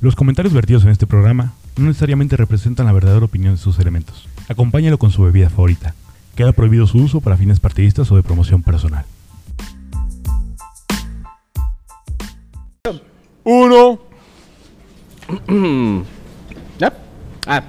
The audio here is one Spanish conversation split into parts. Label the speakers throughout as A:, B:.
A: Los comentarios vertidos en este programa no necesariamente representan la verdadera opinión de sus elementos. Acompáñalo con su bebida favorita. Queda prohibido su uso para fines partidistas o de promoción personal.
B: Uno.
C: ¿Ya? Ah.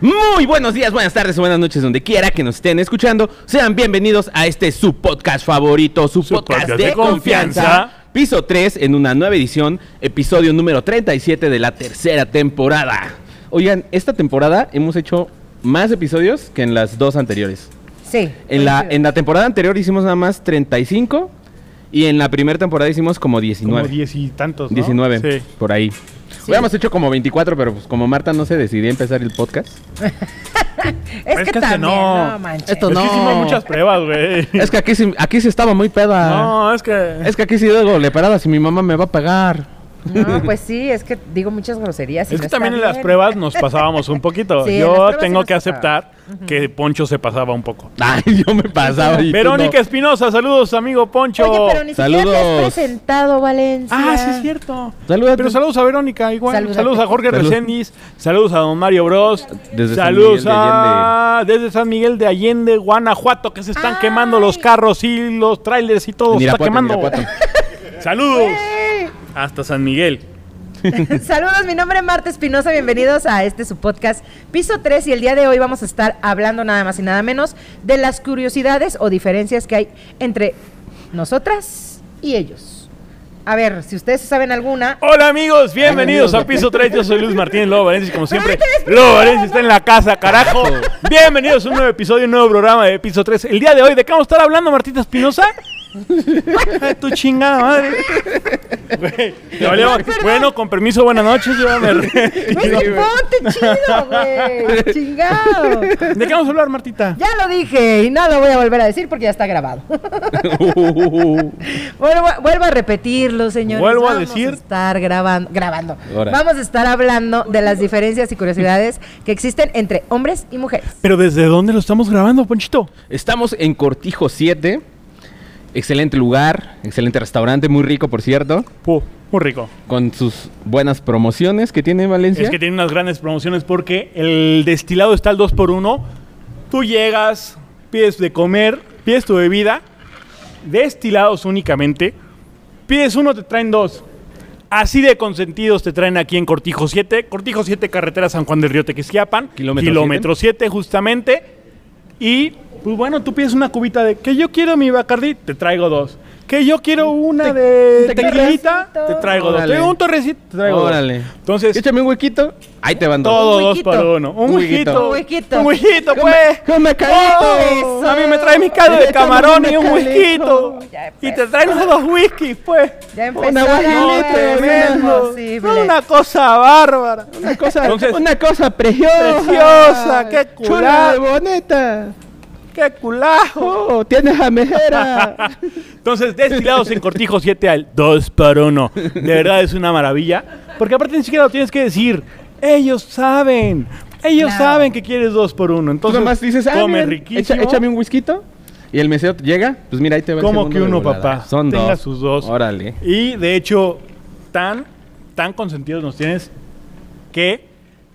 C: Muy buenos días, buenas tardes o buenas noches, donde quiera que nos estén escuchando. Sean bienvenidos a este su podcast favorito, su, podcast,
B: podcast
C: de,
B: de
C: confianza.
B: confianza.
C: Piso 3 en una nueva edición, episodio número 37 de la tercera temporada. Oigan, esta temporada hemos hecho más episodios que en las dos anteriores.
D: Sí.
C: En la,
D: coincido.
C: en la temporada anterior hicimos nada más 35 y en la primera temporada hicimos como 19.
B: Como diez y tantos. ¿no?
C: 19,
B: Sí.
C: por ahí. Hubiéramos hecho como 24, pero pues como Marta no se decidió a empezar el podcast.
D: Es que, también, no, manches.
C: Esto
B: Es que hicimos
C: No.
B: muchas pruebas, güey.
C: Es que aquí, sí- aquí se estaba muy peda.
B: No, es que.
C: Ah. Es que aquí sí luego le parada si mi mamá me va a pagar.
D: No, pues sí, es que digo muchas groserías. y
B: Es
D: no
B: que
D: está
B: también en
D: bien.
B: las pruebas nos pasábamos un poquito.
D: Sí, en las
B: Yo
D: pruebas sí
B: tengo
D: nos
B: que aceptar
D: pasábamos.
B: que Poncho se pasaba un poco.
C: Ay, yo me pasaba. y tú
B: Verónica
C: no.
B: Espinosa, saludos, amigo Poncho.
D: Oye, pero ni siquiera te
C: Saludos.
D: has presentado, Valencia.
B: Ah, sí es cierto.
C: Salúdate.
B: Pero saludos a Verónica, igual.
D: Salúdate.
B: Saludos, a Jorge
C: Salud.
B: Reséndiz, saludos a Don Mario Bros.
C: Desde San
B: saludos
C: Miguel de
B: a desde San Miguel de Allende, Guanajuato, que se están
D: Ay.
B: quemando los carros y los trailers y todo
C: En
B: se está
C: Irapuato, en
B: quemando.
C: Irapuato.
B: Saludos hasta San Miguel.
D: Saludos, mi nombre es Marta Espinosa, bienvenidos a este su podcast Piso 3 y el día de hoy vamos a estar hablando nada más y nada menos de las curiosidades o diferencias que hay entre nosotras y ellos. A ver, si ustedes saben alguna,
B: Hola amigos, bienvenidos
C: Ay,
B: a Piso 3. Yo soy Luis Martínez Lobo Valencia, y como siempre.
D: Pero ahorita
B: Lobo Valencia está en la casa, carajo. Bienvenidos a un nuevo episodio, un nuevo programa de Piso 3. El día de hoy, ¿de qué vamos a estar hablando, Martita Espinosa? Ay, tu chingada madre. Güey, te valió-
D: Ay, perdón.
B: bueno, con permiso, buenas noches. yo me retiro.
D: Güey, ponte chido, güey, chingado.
B: ¿De qué vamos a hablar, Martita?
D: Ya lo dije y no lo voy a volver a decir porque ya está grabado. Vuelvo, vuelvo a repetirlo, señores.
B: Vuelvo a
D: Vamos
B: decir.
D: estar grabando. grabando.
C: Ahora.
D: Vamos a estar hablando de las diferencias y curiosidades que existen entre hombres y mujeres.
B: Pero ¿desde dónde lo estamos grabando, Ponchito?
C: Estamos en Cortijo 7. Excelente lugar, excelente restaurante, muy rico, por cierto.
B: Pu, muy rico.
C: Con sus buenas promociones que tiene Valencia.
B: Es que tiene unas grandes promociones porque el destilado está al 2x1. Tú llegas, pides de comer, pides tu bebida, destilados únicamente. Pides uno, te traen dos. Así de consentidos te traen aquí en Cortijo 7. Cortijo 7, carretera San Juan del Río Tequisquiapan.
C: Kilómetro
B: Kilómetro 7, justamente. Y, pues bueno, tú pides una cubita de que yo quiero mi Bacardí, te traigo dos. Que yo quiero una de
C: un tequila.
B: tequilita, te traigo
C: Órale.
B: dos. Un torrecito, te traigo dos.
C: Órale.
B: Entonces,
C: Échame un huequito. Ahí te van dos.
B: todo
D: Un
B: dos
D: huequito.
B: para uno. Un
C: Un huequito.
B: huequito. Un
D: Un huequito.
B: huequito,
C: Come-
B: pues. Oh,
C: come caldo. Eso.
B: a mí me trae mi caldo de
C: Come
B: camarón y un
C: caldo.
B: huequito.
D: Ya empezó.
B: Y te traen los dos whiskies, pues.
D: Ya empezó.
C: Una
D: la
C: guayneta,
D: güey,
C: una-
D: no es
B: Tremendo.
D: posible.
B: Una cosa bárbara.
C: Una cosa,
B: Entonces-
C: una cosa preciosa.
B: Preciosa, qué
C: Chula
B: culada.
C: de boneta.
B: ¡Qué culajo!
C: Oh, tienes amejera.
B: Entonces, destilados en Cortijo 7 al 2 por 1. De verdad es una maravilla. Porque aparte ni siquiera lo tienes que decir. Ellos saben. Ellos
D: Claro.
B: saben que quieres 2 por 1.
C: Tú
B: Entonces,
C: nomás dices, ah,
B: come
C: miren, echa-
B: riquísimo.
C: échame un whisky. Y el mesero llega, pues mira, ahí te va el
B: Como
C: segundo
B: que
C: de
B: uno,
C: volada.
B: papá.
C: Son
B: Tenga
C: dos.
B: sus dos.
C: Órale.
B: Y de hecho, tan, tan consentidos nos tienes que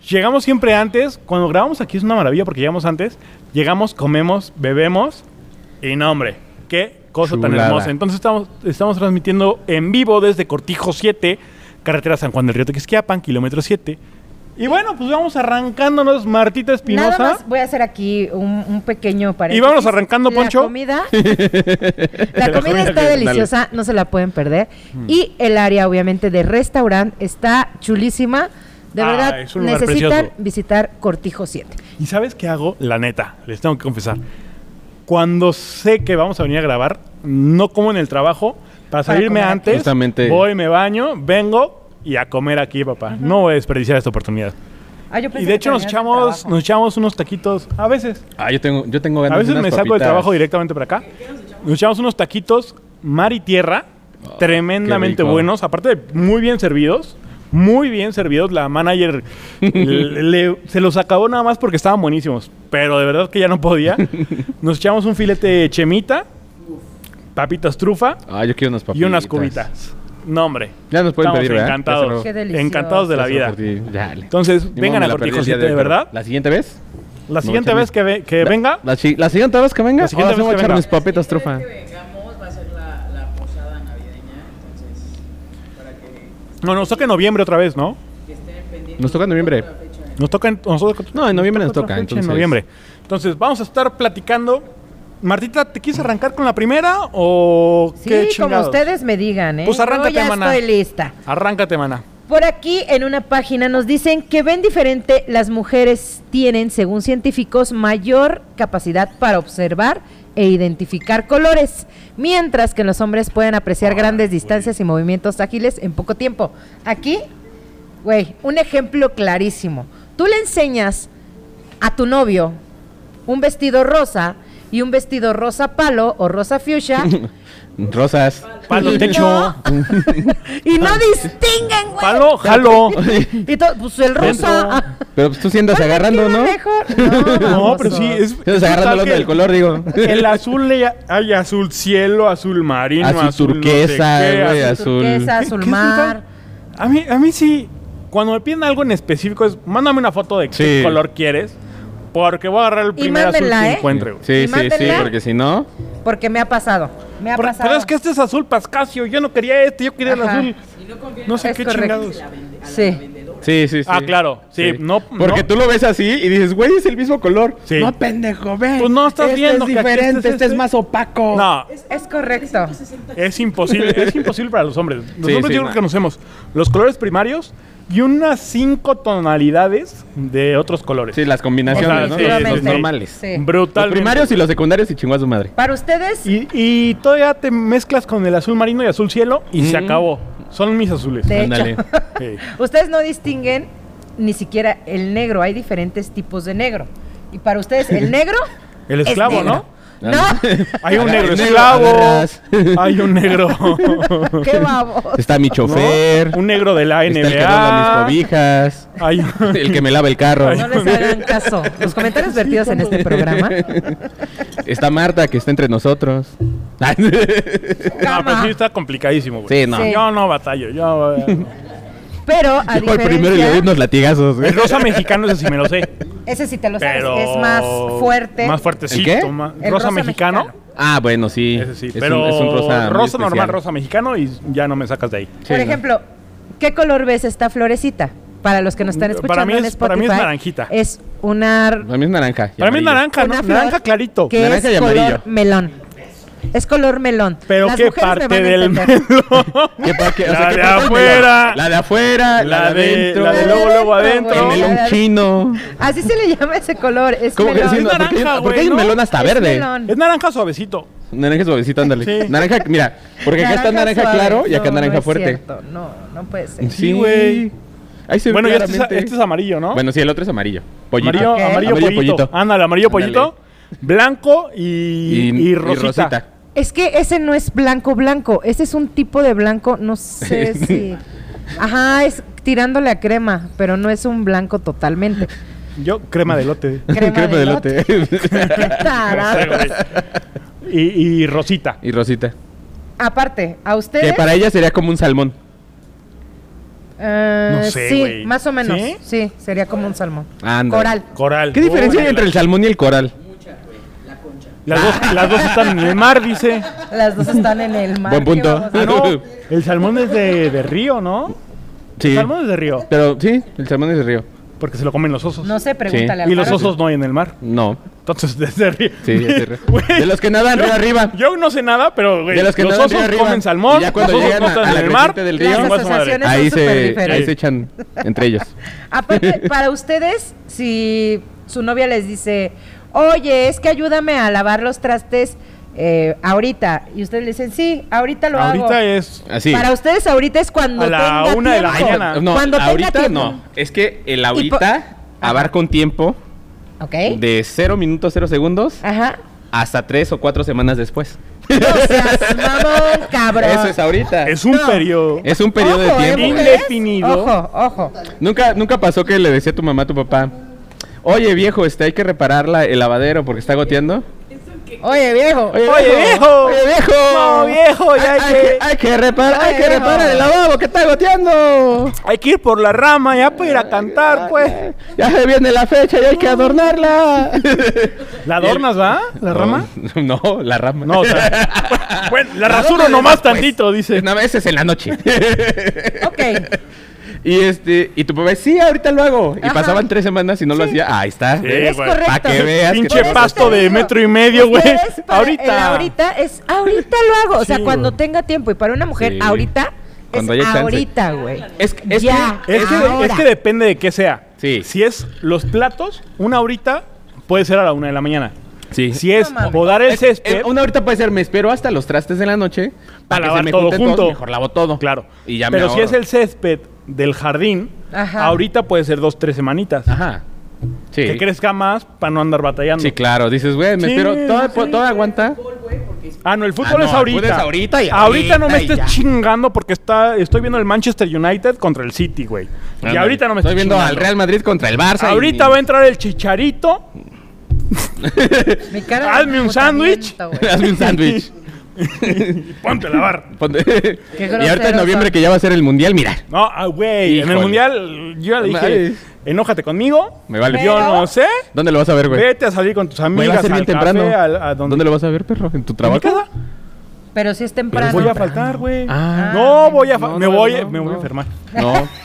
B: llegamos siempre antes. Cuando grabamos aquí es una maravilla porque llegamos antes. Llegamos, comemos, bebemos y no, hombre. Qué cosa tan
C: Chulada.
B: hermosa. Entonces estamos, estamos transmitiendo en vivo desde Cortijo 7, carretera San Juan del Río Tequisquiapan, kilómetro 7. Y bueno, pues vamos arrancándonos, Martita
D: Nada
B: Espinosa.
D: más voy a hacer aquí un, un pequeño paréntesis.
B: Y vámonos arrancando,
D: La
B: Poncho.
D: Comida, la comida
B: comida
D: está
B: que-
D: deliciosa, no se la pueden perder.
B: Mm.
D: Y el área, obviamente, de restaurante está chulísima. De
B: Ah,
D: verdad,
B: es un lugar
D: necesitan
B: precioso.
D: visitar Cortijo 7.
B: ¿Y sabes qué hago? La neta, les tengo que confesar. Cuando sé que vamos a venir a grabar, no como en el trabajo, para
D: Para
B: salirme
D: comer aquí.
B: antes,
C: Justamente.
B: voy, me baño, vengo y a comer aquí, papá. No voy a desperdiciar esta oportunidad.
D: Ah, yo
B: y de
D: pensé que
B: hecho nos
D: tenías el
B: echamos,
D: trabajo.
B: nos echamos unos taquitos, a veces,
C: Ah, yo tengo, yo tengo ganas
B: a veces
C: de
B: me
C: unas
B: saco del
C: papitas.
B: trabajo directamente para acá. Nos echamos unos taquitos mar y tierra, tremendamente
C: Ah, qué rico.
B: buenos, aparte de muy bien servidos. Muy bien servidos, la manager le- le- se los acabó nada más porque estaban buenísimos, pero de verdad que ya no podía. Nos echamos un filete de chemita, papitas trufa
C: Ah, yo quiero unas papitas.
B: y unas cubitas. No, hombre.
C: Ya nos pueden
B: Estamos
C: pedir, ¿verdad?
B: encantados.
D: Qué delicioso.
B: Encantados de la vida. Entonces,
C: Entonces,
B: vengan a Cortijo 7, de verdad.
C: ¿La siguiente vez?
B: La siguiente
C: Chami.
B: vez que, ve- que
C: La-
B: venga,
C: La, chi- la siguiente vez que venga,
B: La siguiente
C: ahora sí
B: vez
C: voy a
B: que
C: echar
B: venga.
C: mis papitas trufa.
E: Cada vez que vengamos va a ser la, la posada navideña, entonces para que,
B: no, nos toca en noviembre otra vez, ¿no?
E: que estén pendientes.
C: Nos toca en noviembre.
E: La fecha
B: Nos toca en, nosotros,
C: No, en noviembre nos
B: otra
C: toca,
B: fecha
C: entonces.
B: En noviembre. Entonces, vamos a estar platicando. Martita, ¿te quieres arrancar con la primera o
D: Sí,
B: qué
D: como
B: chingados?
D: ustedes me digan, ¿eh?
B: Pues arráncate,
D: Yo ya
B: maná.
D: estoy lista.
B: Arráncate, mana.
D: Por aquí en una página nos dicen que ven diferente las mujeres tienen, según científicos, mayor capacidad para observar e identificar colores, mientras que los hombres pueden
B: Ah,
D: apreciar grandes distancias y movimientos ágiles en poco tiempo. Aquí, güey, un ejemplo clarísimo. Tú le enseñas a tu novio un vestido rosa y un vestido rosa palo o rosa fuchsia
C: Rosas.
B: Palo,
D: y
B: techo.
D: No, y no distinguen, güey.
B: Palo, jalo.
D: Y todo, pues el rosa.
C: Pero pues tú sí andas
D: Bueno,
C: agarrando,
D: queda
C: ¿no?
D: mejor.
B: No,
D: No,
B: pero sí,
D: baboso.
B: es.
C: Tú
B: es
C: andas agarrando
B: brutal
C: el
B: que
C: onda del color, digo.
B: El azul le hay azul cielo, azul marino,
C: Azul
B: no
C: turquesa,
B: sé qué,
C: güey,
B: azul-
C: azul-
D: Turquesa,
B: ¿Qué-
D: azul
B: qué es
D: mar.
B: eso? A mí, a mí sí. Cuando me piden algo en específico es, mándame una foto de qué
C: Sí.
B: color quieres, porque voy a agarrar el primer azul
D: mándenla,
B: que
D: ¿eh?
B: encuentre. güey.
D: ¿Y
C: Sí, sí, sí,
D: mándenla?
C: porque si no.
D: Porque me ha pasado. Me ha
B: Pero,
D: pasado.
B: pero es que este es azul pascasio, yo no quería este, yo quería
D: Ajá.
B: el azul.
E: Y no confíen
B: No sé
D: Es
B: qué
D: correcto.
B: chingados.
D: Sí.
C: Sí, sí, sí.
B: Ah, claro. Sí, no-
C: Porque
B: no.
C: tú lo ves así y dices, güey, es el mismo color.
B: Sí.
C: No, pendejo, ven.
B: Pues no estás
C: este
B: viendo
C: Es
B: que aquí
C: diferente,
B: este es
C: este es
B: este.
C: más opaco.
B: No,
D: Es correcto.
B: es imposible, es imposible para los hombres. Los hombres
C: Sí, sí,
B: yo creo
C: no.
B: que conocemos los colores primarios y unas cinco tonalidades de otros colores.
C: Sí, las combinaciones,
B: O sea,
C: ¿no?
B: sí,
C: Los-
D: sí,
C: los
D: sí.
C: normales.
D: Sí.
C: Los
B: Brutal.
C: primarios y los secundarios y chingó a su madre.
D: Para ustedes,
B: Y, y todavía te mezclas con el azul marino y azul cielo y se
C: Mm.
B: acabó. Son mis azules.
D: De hecho.
C: Ándale.
B: Sí.
D: ustedes no distinguen ni siquiera el negro. Hay diferentes tipos de negro. Y para ustedes, el negro.
B: El
D: es
B: esclavo,
D: negro.
B: ¿no?
D: No.
B: Hay un negro
C: El negro,
B: esclavo.
C: agarras.
B: Hay un negro.
D: Qué babo.
C: Está mi chofer.
B: un negro de la
C: Está el que dobla mis
B: NBA.
C: cobijas.
B: Hay
C: El que me lava el carro.
D: No les hagan caso. Los comentarios vertidos en este programa.
B: pues
C: Está Marta, que está entre nosotros.
B: No, pero Ah, pues sí está complicadísimo, güey.
C: sí, no.
D: Sí.
B: Yo no batallo. Yo, eh,
D: Pero a
C: Yo al primero le doy
D: diferencia,
C: unos latigazos. güey.
B: el rosa mexicano, ese sí me lo sé.
D: ese sí te lo sabes,
B: Pero.
D: es más fuerte.
B: Más fuertecito.
C: ¿El qué?
B: ma-
D: El
B: rosa,
D: rosa
B: mexicano.
D: mexicano.
C: Ah, bueno, sí.
B: Ese sí.
C: Es un-
B: pero.
C: es un rosa muy
B: rosa normal,
C: especial.
B: rosa mexicano y ya no me sacas de ahí.
C: Sí,
D: Por
C: ¿no?
D: ejemplo, ¿qué color ves esta florecita? Para los que nos están
B: Para
D: escuchando
B: mí
D: en
B: es- para mí es
D: Spotify.
B: naranjita.
D: Es una r-
C: Para mí es naranja. y
B: Para mí es
C: amarillo.
B: naranja, ¿no?
D: Una flor
B: Naranja clarito.
D: que
C: Naranja y
D: es color
C: amarillo.
D: melón. Es color melón.
B: Pero
D: Las
B: qué
D: mujeres me
B: parte
D: van a
B: del
D: entender.
B: melón.
C: ¿Qué pa- qué- o sea,
B: La
C: ¿qué
B: de
C: pasa en el-
B: afuera.
C: La de afuera. La,
B: La
C: de
B: de,
C: adentro.
B: la de luego, luego adentro.
C: El melón
D: La de-
C: chino.
D: Así se le llama ese color. Es
C: ¿Cómo que
D: melón.
C: sí? No,
B: Es
C: porque hay-
B: naranja,
C: porque
B: güey,
C: hay un
B: ¿no?
C: melón hasta
D: Es
C: verde.
D: melón.
B: Es naranja suavecito.
C: Naranja suavecito, ándale.
B: Sí.
C: Naranja, mira. Porque acá está naranja
D: suave.
C: claro y acá
D: No, no
C: naranja
D: es
C: fuerte.
D: cierto, No, no puede ser.
B: Sí, güey.
C: Ahí se ve
B: Bueno, y este es,
C: claramente.
B: este es amarillo, ¿no?
C: Bueno, sí, el otro es amarillo. Pollito.
B: amarillo,
D: Ok.
B: amarillo,
C: Amarillo
B: pollito.
C: pollito.
B: Ándale, amarillo
C: Ándale.
B: pollito. Blanco y, y, rosita.
D: Es que ese no es blanco blanco, ese es un tipo de blanco, no sé si... Ajá, es tirándole a crema, pero no es un blanco totalmente.
B: Yo, crema de lote.
D: Crema,
C: Crema
D: de
C: de
D: elote. Qué
C: elote.
D: tarados.
B: y, y rosita.
C: y rosita.
D: Aparte, a
C: Que
B: ¿Eh?
D: ustedes...
C: para ella sería como un salmón.
D: eh,
B: No sé,
D: sí,
B: güey.
D: más o menos.
B: ¿Sí?
D: ¿Sí? sería como un salmón.
C: Ándale.
D: Coral.
B: Coral.
C: ¿Qué diferencia hay
B: Órale.
C: entre el salmón y el coral?
B: Las dos, las dos están en el mar, dice.
D: Las dos están en el mar.
C: Buen
D: ¿qué
C: punto.
D: vamos a
B: Ah,
D: hacer?
B: no. El salmón es de, de río, ¿no? El
C: Sí.
B: salmón es de río.
C: Pero sí, el salmón es de río.
B: Porque se lo comen los osos.
D: No sé, pregúntale al
B: y los
D: faro.
B: osos no hay en el mar.
C: No.
B: Entonces, desde río.
C: Sí, es de río.
B: Güey,
C: De los que nadan río arriba.
B: Yo no sé nada, pero güey,
C: De los que nadan
B: osos
C: río arriba.
B: comen salmón.
C: Y ya cuando
B: los osos
C: llegan
B: no
C: a-
B: están
C: a la
B: en el mar.
C: creciente del
D: río,
B: Chinga su madre.
D: asociaciones- Esas
C: Ahí
D: son súper
C: se,
D: diferentes.
C: ahí se echan entre ellos.
D: Aparte, para ustedes, si su novia les dice, oye, es que ayúdame a lavar los trastes eh, ahorita, y ustedes le dicen, sí, ahorita lo hago.
B: Ahorita es.
C: Así.
D: Para ustedes ahorita es cuando
B: A la
D: tenga
B: una de la
D: tiempo.
B: mañana.
C: No,
D: Cuando tenga
C: ahorita
D: tiempo.
C: no. Es que el ahorita abarca un tiempo
D: ¿Ok?
C: de 0 minutos 0 segundos
D: Ajá.
C: hasta 3 o 4 semanas después.
D: No seas mamón, cabrón.
C: Eso es ahorita.
B: Es un
D: No.
B: periodo.
C: Es un periodo
D: Ojo,
C: de
D: ¿eh,
C: tiempo.
D: mujeres?
B: Indefinido.
D: Ojo, ojo.
C: Nunca, nunca pasó que le decía a tu mamá, a tu papá, oye viejo, este, hay que reparar la- el lavadero porque está goteando.
D: Oye, viejo.
B: Oye, viejo.
C: Oye viejo.
B: No, viejo. trabajo y hay,
C: Hay
B: que,
C: que, hay que reparar, hay que reparar el lavabo que está goteando.
B: hay que ir por la rama ya para ir a cantar, pues.
C: Ya se viene la fecha y hay que adornarla.
B: ¿La adornas, va? ¿La rama?
C: No, la rama.
B: No, o sea, bueno, la rasuro nomás tantito, dice.
C: Una vez es en la noche.
D: Ok.
C: y este, y tu papá, sí, ahorita lo hago. Y
D: Ajá.
C: pasaban tres semanas y no lo
D: Sí.
C: hacía. Ah, Ahí está.
B: Sí,
D: es
B: güey.
D: correcto.
C: Pa' que veas que-
B: Pinche
D: Por eso
B: pasto
D: te
B: de
D: digo,
B: metro y medio, güey.
D: ustedes para
B: Ahorita.
D: el ahorita es ahorita lo hago. O sea,
B: Sí,
D: cuando
B: güey.
D: tenga tiempo. Y para una mujer,
C: Sí.
D: ahorita
C: Cuando
D: es
C: haya chance.
D: ahorita, güey.
C: Es, es
D: Ya.
C: que
B: Es que,
D: Ahora.
B: es que depende de qué sea.
C: Sí.
B: Si es los platos, una horita puede ser a la una de la mañana.
C: Sí.
B: Si es
D: mames.
B: podar el
C: Es- es-
B: césped,
C: una ahorita puede ser, me espero hasta los trastes de la noche
B: Para
C: para que
B: lavar
C: se me
B: todo
C: junten todos,
B: junto.
C: mejor lavo todo.
B: claro.
C: Y ya me
B: Pero si
C: ahorro.
B: es el césped del jardín,
D: Ajá.
B: ahorita puede ser dos, tres semanitas.
C: Ajá. Sí.
B: Que crezca más para no andar batallando.
C: Sí, claro. Dices, güey, me
B: Sí,
C: espero. Todo,
B: sí.
C: todo aguanta.
B: Ah, no, el fútbol
C: Ah, no,
B: es
C: el
B: ahorita.
C: fútbol es ahorita y
B: ahorita no me
C: ahorita
B: estés
C: y ya.
B: chingando porque está, estoy viendo el Manchester United contra el City, güey. Y
C: Ándale.
B: ahorita no me
C: Estoy
B: estés
C: viendo
B: chingando.
C: al Real Madrid contra el Barça. y-
B: Ahorita va a entrar el chicharito.
D: Mi cara de
B: Hazme un
D: emputamiento, güey.
C: Hazme un sándwich.
B: Ponte a lavar.
C: Ponte-
D: grosero
C: y ahorita en noviembre
D: son.
C: que ya va a ser el mundial, mira.
B: No, ah, güey. En el
C: Híjole.
B: mundial, yo ya le dije,
C: Ay.
B: enójate conmigo.
C: Me vale.
B: Yo
D: Pero-
B: no sé.
C: ¿Dónde lo vas a ver, güey?
B: Vete a salir con tus
C: Güey,
B: amigas.
C: va a ser bien
B: al
C: temprano.
B: café, al- a donde-
C: ¿Dónde lo vas a ver, perro? ¿En tu
B: ¿En mi
C: trabajo?
B: casa?
D: Pero si es
B: Pero
D: temprano.
B: voy a faltar, güey.
C: Ah.
B: no, voy a fa-
C: No,
B: me
C: no,
B: voy,
C: no,
B: me voy a
C: no.
B: enfermar.
C: No.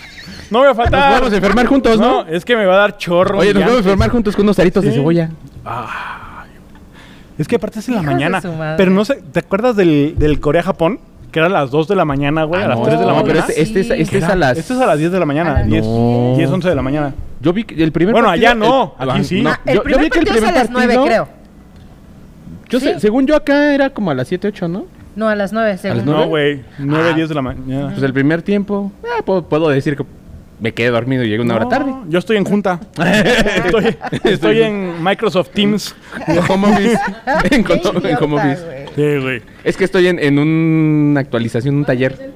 B: No voy a
C: Nos
B: faltar.
C: podemos enfermar juntos,
B: no,
C: ¿no?
B: es que me va a dar chorro.
C: Oye,
B: y
C: nos podemos
B: antes.
C: enfermar juntos con unos aritos de
B: Sí.
C: cebolla.
B: Es que aparte es en la
D: Hijos de
B: mañana.
D: su madre.
B: Pero no sé, ¿te acuerdas del, del Corea-Japón? Que era a las 2 de la mañana, güey,
C: Ah,
B: a las
C: no,
B: 3 de la
C: no,
B: mañana.
C: pero este, este, es-
D: Sí.
C: este es a
B: Era-
C: las...
B: Este es a las 10 de la mañana.
D: A las
B: 10,
C: No.
B: 10, 11 de la mañana.
C: Yo vi que el primer
B: Bueno,
C: partido-
B: allá no,
C: el-
B: aquí sí.
D: Ah, el
C: Yo- yo
D: primer
C: vi que
D: partido es a las nueve,
C: partido-
D: creo.
C: Yo sé-
D: Sí.
C: según yo acá era como a las 7, 8, ¿no?
D: No, a las nueve, según.
C: las
B: No,
C: ¿Nueve?
B: güey. 9,
C: Ah.
B: 10 de la mañana.
C: Pues el primer tiempo, ah, puedo, puedo decir que me quedé dormido y llegué una hora
B: No,
C: tarde.
B: Yo estoy en junta. estoy, estoy en Microsoft Teams.
C: En home office. en,
D: Qué
C: cono- en
D: idiota,
C: home office.
D: güey.
B: Sí, güey.
C: Es que estoy en, en una actualización, un taller.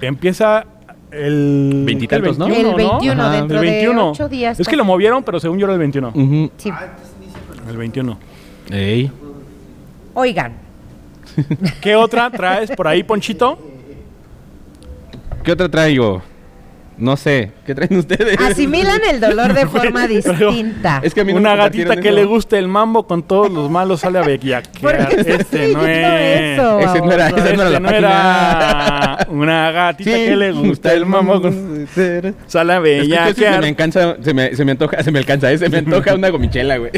B: Empieza el.
C: Veintitantos, ¿no?
D: El 21,
C: Ajá,
D: dentro
B: El
D: de
B: 21.
D: ocho días.
B: Es que lo movieron, pero según yo era el 21.
C: Ujú.
D: Sí.
C: Mm.
B: El 21.
C: Ey.
D: Oigan,
B: ¿Qué otra traes por ahí, Ponchito?
C: ¿Qué otra traigo? No sé. ¿Qué traen ustedes?
D: asimilan el dolor de forma distinta.
C: Es que a mí no
B: Una
C: me
B: gatita
C: compartieron
B: que
C: eso.
B: le guste el mambo con todos los malos sale a bellaquear.
D: qué estás leyendo eso?
C: Ese no era, esa
B: Este
C: no era la
B: no
C: página.
B: era una gatita
C: Sí,
B: que le gusta el Eh, mambo con...
C: ser.
B: Sale a
C: Es que yo sí se
B: bellaquear.
C: me encanta, se me, se me antoja, se me alcanza, ¿eh? se me antoja una gomichela, güey.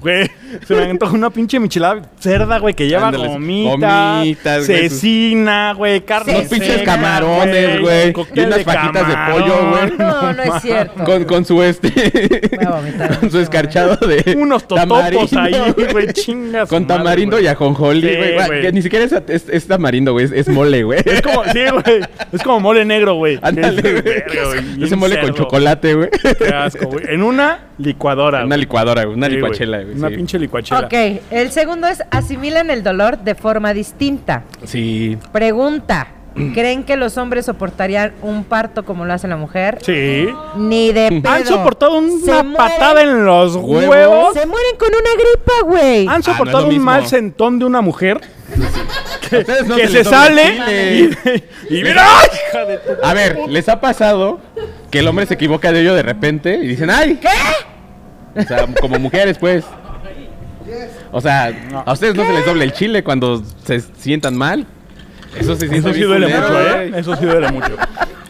B: Güey, se me antoja una pinche michelada cerda, güey, que lleva
C: Ándale,
B: gomita,
C: gomitas, güey, sus-
B: cecina, güey, carne
D: Unos pinches
B: seca,
C: camarones, güey, y
B: cóctel
C: unas
B: de
C: fajitas de
B: camarón.
C: pollo, güey.
D: No, no es cierto.
C: Con, con su este.
D: Voy a vomitar.
C: con su escarchado de.
B: Unos totopos
C: tamarindo,
B: ahí,
C: güey.
B: güey, chingas.
C: Con tamarindo y ajonjoli,
B: Sí,
C: güey.
B: güey.
C: que ni siquiera es, es, es tamarindo, güey. Es, es mole, güey.
B: Es como, sí, güey, es como mole negro, güey.
C: Ándale,
B: Es-
C: güey.
B: verga, güey,
C: Ese
B: bien
C: mole con
B: cerdo.
C: chocolate, güey.
B: Qué asco, güey. En una licuadora.
C: Una
B: güey.
C: licuadora, güey. Una
B: Sí, güey.
C: licuachela, güey.
B: Una
C: sí.
B: pinche licuachela.
D: Ok, el segundo es asimilan el dolor de forma distinta.
C: Sí.
D: Pregunta, ¿creen que los hombres soportarían un parto como lo hace la mujer?
B: Sí.
D: Ni de pedo.
B: Han soportado
D: Se
B: una
D: mueren-
B: patada en los
C: Huevos. Ah,
B: huevos.
D: Se mueren con una gripa, güey.
B: Han
C: no es
B: soportado
C: lo
B: un
C: mismo.
B: mal sentón de una mujer
C: A ustedes no
B: que se
C: les sobra
B: sale
C: chile.
B: y, y mira, ¡ay, hija de tu-
C: A ver, ¿les ha pasado que el hombre se equivoca de ello de repente y dicen, ay? ¿Qué? O sea, como mujeres, pues. O sea, ¿a ustedes no se les doble el chile cuando se sientan mal? Eso se siente
B: Eso sí
C: bien
B: duele
C: culero,
B: mucho, ¿eh?
C: güey.
B: Eso sí duele mucho.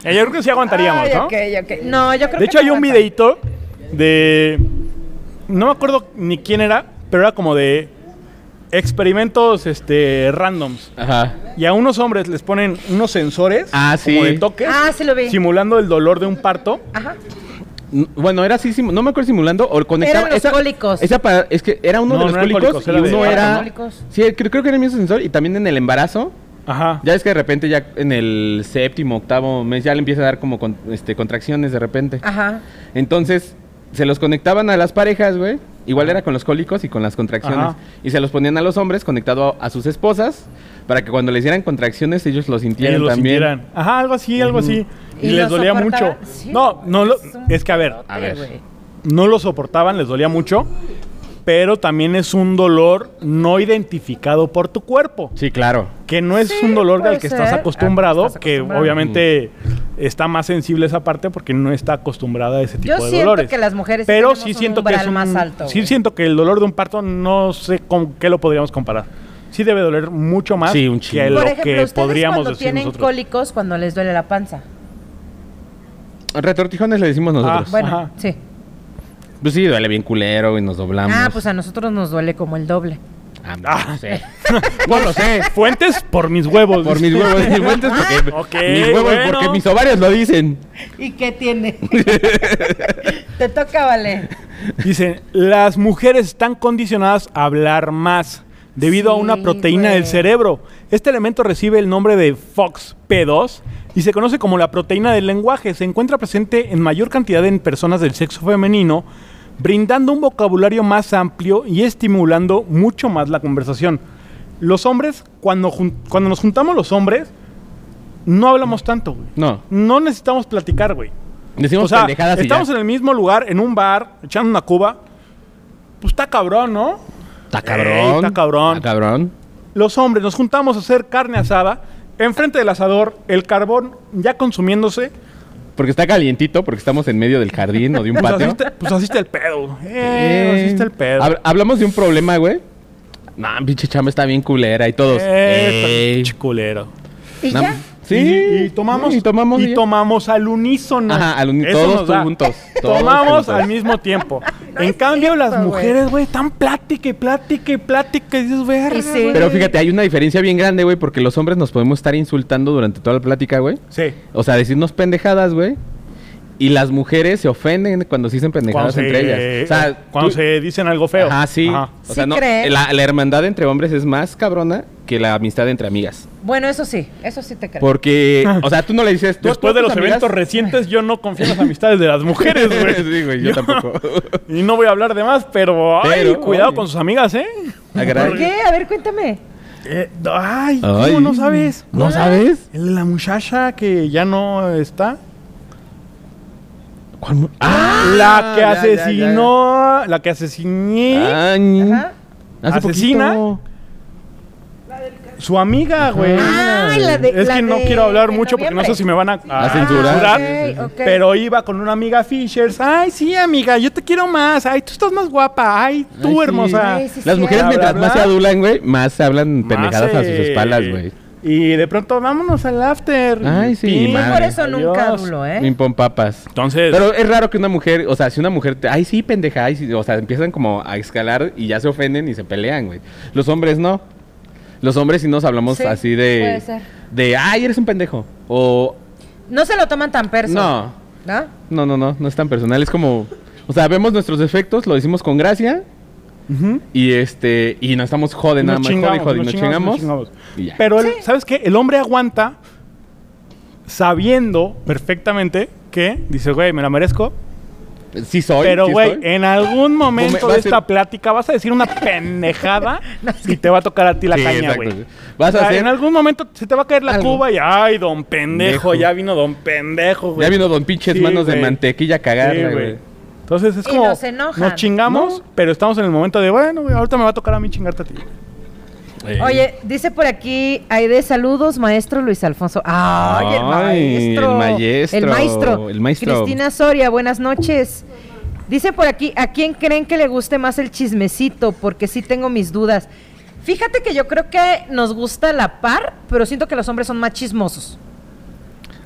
B: Eh, Yo creo que sí aguantaríamos,
D: Ay,
B: ¿no?
D: ok, ok. No, yo
B: De
D: creo que
B: hecho,
D: no
B: hay un
D: aguanta.
B: videito de. No me acuerdo ni quién era, pero era como de experimentos este randoms.
C: Ajá.
B: Y a unos hombres les ponen unos sensores
C: Ah, sí.
B: como de toques,
D: Ah, sí lo vi.
B: simulando el dolor de un parto.
D: Ajá.
C: N- Bueno, era así, simu- no me acuerdo simulando o conectaba.
D: Eran los cólicos.
C: esa pa- es que era uno
B: No,
C: de los
B: no eran
C: cólicos,
B: cólicos, era
C: y
B: de-
C: uno
B: Ah,
C: era.
D: cólicos.
C: Sí, creo, creo que era el mismo sensor y también en el embarazo.
B: Ajá.
C: Ya es que de repente ya en el séptimo, octavo mes ya le empieza a dar como con- este, contracciones de repente.
D: Ajá.
C: Entonces, se los conectaban a las parejas, güey. Igual era con los cólicos y con las contracciones.
B: Ajá.
C: Y se los ponían a los hombres conectado a, a sus esposas para que cuando les dieran contracciones ellos lo sintieran
B: Ellos lo
C: también.
B: sintieran. Ajá, algo así, algo así. Y,
D: ¿Y
B: les
D: lo
B: dolía mucho.
D: soportaban? Sí,
B: no, no lo,
D: es un
B: es que a ver,
C: A ver.
D: güey.
B: no lo soportaban, les dolía mucho. pero también es un dolor no identificado por tu cuerpo.
C: Sí, claro.
B: Que no es
D: Sí,
B: un dolor
D: puede
B: al que estás
D: ser.
B: acostumbrado,
D: Al que estás
B: que
D: acostumbrado.
B: obviamente está más sensible esa parte porque no está acostumbrada a ese tipo
D: Yo
B: de
D: siento
B: dolores.
D: que las mujeres sí
B: pero
D: tenemos
B: sí
D: un
B: siento que
D: umbral
B: es un-
D: más alto,
B: Sí
D: güey.
B: siento que el dolor de un parto no sé con qué lo podríamos comparar. Sí debe doler mucho más
C: Sí, un chingo.
B: que lo
D: Por ejemplo,
B: que
D: ustedes
B: podríamos
D: cuando
B: decir
D: tienen
B: nosotros.
D: cólicos, cuando les duele la panza.
C: Retortijones le decimos nosotros.
B: Ah.
D: Bueno,
B: Ajá.
D: sí.
C: Pues sí, duele bien culero y nos doblamos.
D: Ah, pues a nosotros nos duele como el doble.
C: Ah, no, sé. no lo sé.
B: Fuentes por mis huevos.
C: Por mis huevos, mis huevos, porque,
B: Ok,
C: mis huevos
B: bueno.
C: porque mis ovarios lo dicen.
D: ¿Y qué tiene? Te toca, vale.
B: Dicen, las mujeres están condicionadas a hablar más debido a
D: Sí,
B: una proteína
D: güey.
B: del cerebro. Este elemento recibe el nombre de FOXP2 y se conoce como la proteína del lenguaje. Se encuentra presente en mayor cantidad en personas del sexo femenino, brindando un vocabulario más amplio y estimulando mucho más la conversación. Los hombres, cuando, jun- cuando nos juntamos los hombres, no hablamos tanto, güey.
C: No,
B: No necesitamos platicar, güey.
C: decimos
B: O sea,
C: pendejadas y
B: estamos
C: ya.
B: en el mismo lugar, en un bar, echando una cuba. Pues está cabrón, ¿no?
C: Está cabrón.
B: Ey, está cabrón.
C: Está cabrón.
B: Los hombres nos juntamos a hacer carne asada, enfrente del asador, el carbón ya consumiéndose.
C: Porque está calientito, porque estamos en medio del jardín o de un
B: Pues así,
C: patio.
B: está, pues así está el pedo. Eh,
C: Eh,
B: así está el pedo.
C: hab- Hablamos de un problema, güey. No, pinche chamba está bien culera y todos.
B: Eh,
C: ey.
B: pinche culero.
D: ¿Y
C: No,
D: ya?
C: Sí.
B: Y, y tomamos.
C: Y tomamos.
B: y
C: ya.
B: tomamos al unísono.
C: Ajá, al uni-
B: Eso
C: todos
B: nos da.
C: juntos, todos
B: Tomamos
C: juntos.
B: al mismo tiempo. en
D: es
B: cambio, las
D: cierto, güey.
B: mujeres, güey, están plática y plática y plática. Y dices, verga,
D: Y sí.
B: güey".
C: Pero fíjate, hay una diferencia bien grande, güey, porque los hombres nos podemos estar insultando durante toda la plática, güey.
B: Sí.
C: O sea, decirnos pendejadas, güey. Y las mujeres se ofenden cuando se dicen pendejadas entre ellas. O sea,
B: eh, cuando
C: tú-
B: se dicen algo feo.
C: Ajá, sí. O sea,
D: Sí
C: no,
D: cree.
C: la, la hermandad entre hombres es más cabrona que la amistad entre amigas.
D: Bueno, eso sí, eso sí te creo.
C: Porque, o sea, tú no le dices... tú-
B: Después
C: tú
B: de
C: a tus
B: los
C: amigas-
B: eventos recientes, yo no confío en las amistades de las mujeres, güey.
C: Sí, güey, yo tampoco.
B: Y no voy a hablar de más, pero, ay,
C: Pero,
B: cuidado
C: ay.
B: con sus amigas, ¿eh?
C: Ah, caray.
D: ¿Por qué? A ver, cuéntame.
B: Eh, ay,
C: Ay.
B: ¿cómo no sabes?
C: ¿No sabes?
B: El de La muchacha que ya no está.
C: ¿Cuál mu- ¡Ah!
B: la que
C: ya, Ah. ya, ya.
B: asesinó. La que asesiné.
C: Ay,
D: ¿Eh? Ajá.
C: hace
B: Asesina.
C: poquito.
B: Su amiga, güey.
C: Ah.
D: Ah, Ay, la de-
B: es
D: la
B: que no
D: de-
B: quiero hablar
D: de
B: mucho porque no
D: noviembre.
B: sé si me van a, a
C: A censurar.
D: ok, ok.
B: Pero iba con una amiga Fishers. Ay, sí, amiga, yo te quiero más. Ay, tú estás más guapa. Ay, tú,
C: Ay, sí.
B: hermosa.
D: Ay, sí,
C: Las
D: sí,
C: mujeres
D: bla,
C: mientras
B: bla,
C: más se
B: bla.
C: adulan, güey, más se hablan
B: Más,
C: pendejadas a sus
B: eh,
C: espaldas, güey.
B: Y de pronto, vámonos al after.
C: Ay, sí,
B: Pim,
C: madre.
D: Por eso nunca
B: adiós.
D: hablo, ¿eh?
C: Pim, pom, papas.
B: Entonces,
C: Pero es raro que una mujer, o sea, si una mujer, te- ay, sí, pendeja, ay, sí", o sea, empiezan como a escalar y ya se ofenden y se pelean, güey. Los hombres no. Los hombres sí nos hablamos
D: Sí,
C: así
D: puede
C: de,
D: ser.
C: de, ay, eres un pendejo. O,
D: No se lo toman tan perso.
C: no,
D: ¿No?
C: no, no, no, no es tan personal, es como, o sea, vemos nuestros defectos, lo decimos con gracia
B: ujú,
C: y este, y nos estamos jode nada
B: nos
C: más, jode,
B: chingamos,
C: jode,
B: nos
C: nos
B: chingamos,
C: chingamos.
B: nos chingamos.
C: y ya.
B: Pero, el- ¿sabes qué? El hombre aguanta sabiendo perfectamente que dice, güey, me la merezco.
C: sí soy,
B: Pero,
C: sí
B: güey,
C: soy.
B: en algún momento
C: va a
B: de esta
C: ser-
B: plática vas a decir una pendejada y te va a tocar a ti la
C: Sí,
B: caña,
C: exacto.
B: güey.
C: Vas
B: O
C: a
B: sea,
C: hacer,
B: en algún momento se te va a caer la
C: Algo.
B: cuba y, ay, don pendejo,
C: Pendejo.
B: ya vino don pendejo, güey.
C: ya vino don pinches
B: Sí,
C: manos de
B: güey.
C: mantequilla a
B: Sí,
C: cagarle,
B: güey.
C: güey.
B: Entonces es
D: Y
B: como.
D: nos enojan.
B: chingamos,
C: No.
B: pero estamos en el momento de, bueno, güey, ahorita me va a tocar a mí chingarte a ti.
C: Eh,
D: Oye, dice por aquí, Aide, saludos, maestro Luis Alfonso. ¡Ay,
C: Ay,
D: el maestro!
C: el maestro,
D: El maestro.
C: el maestro.
D: Cristina Soria, buenas noches. Dice por aquí, ¿a quién creen que le guste más el chismecito? Porque sí tengo mis dudas. Fíjate que yo creo que nos gusta la par, pero siento que los hombres son más chismosos.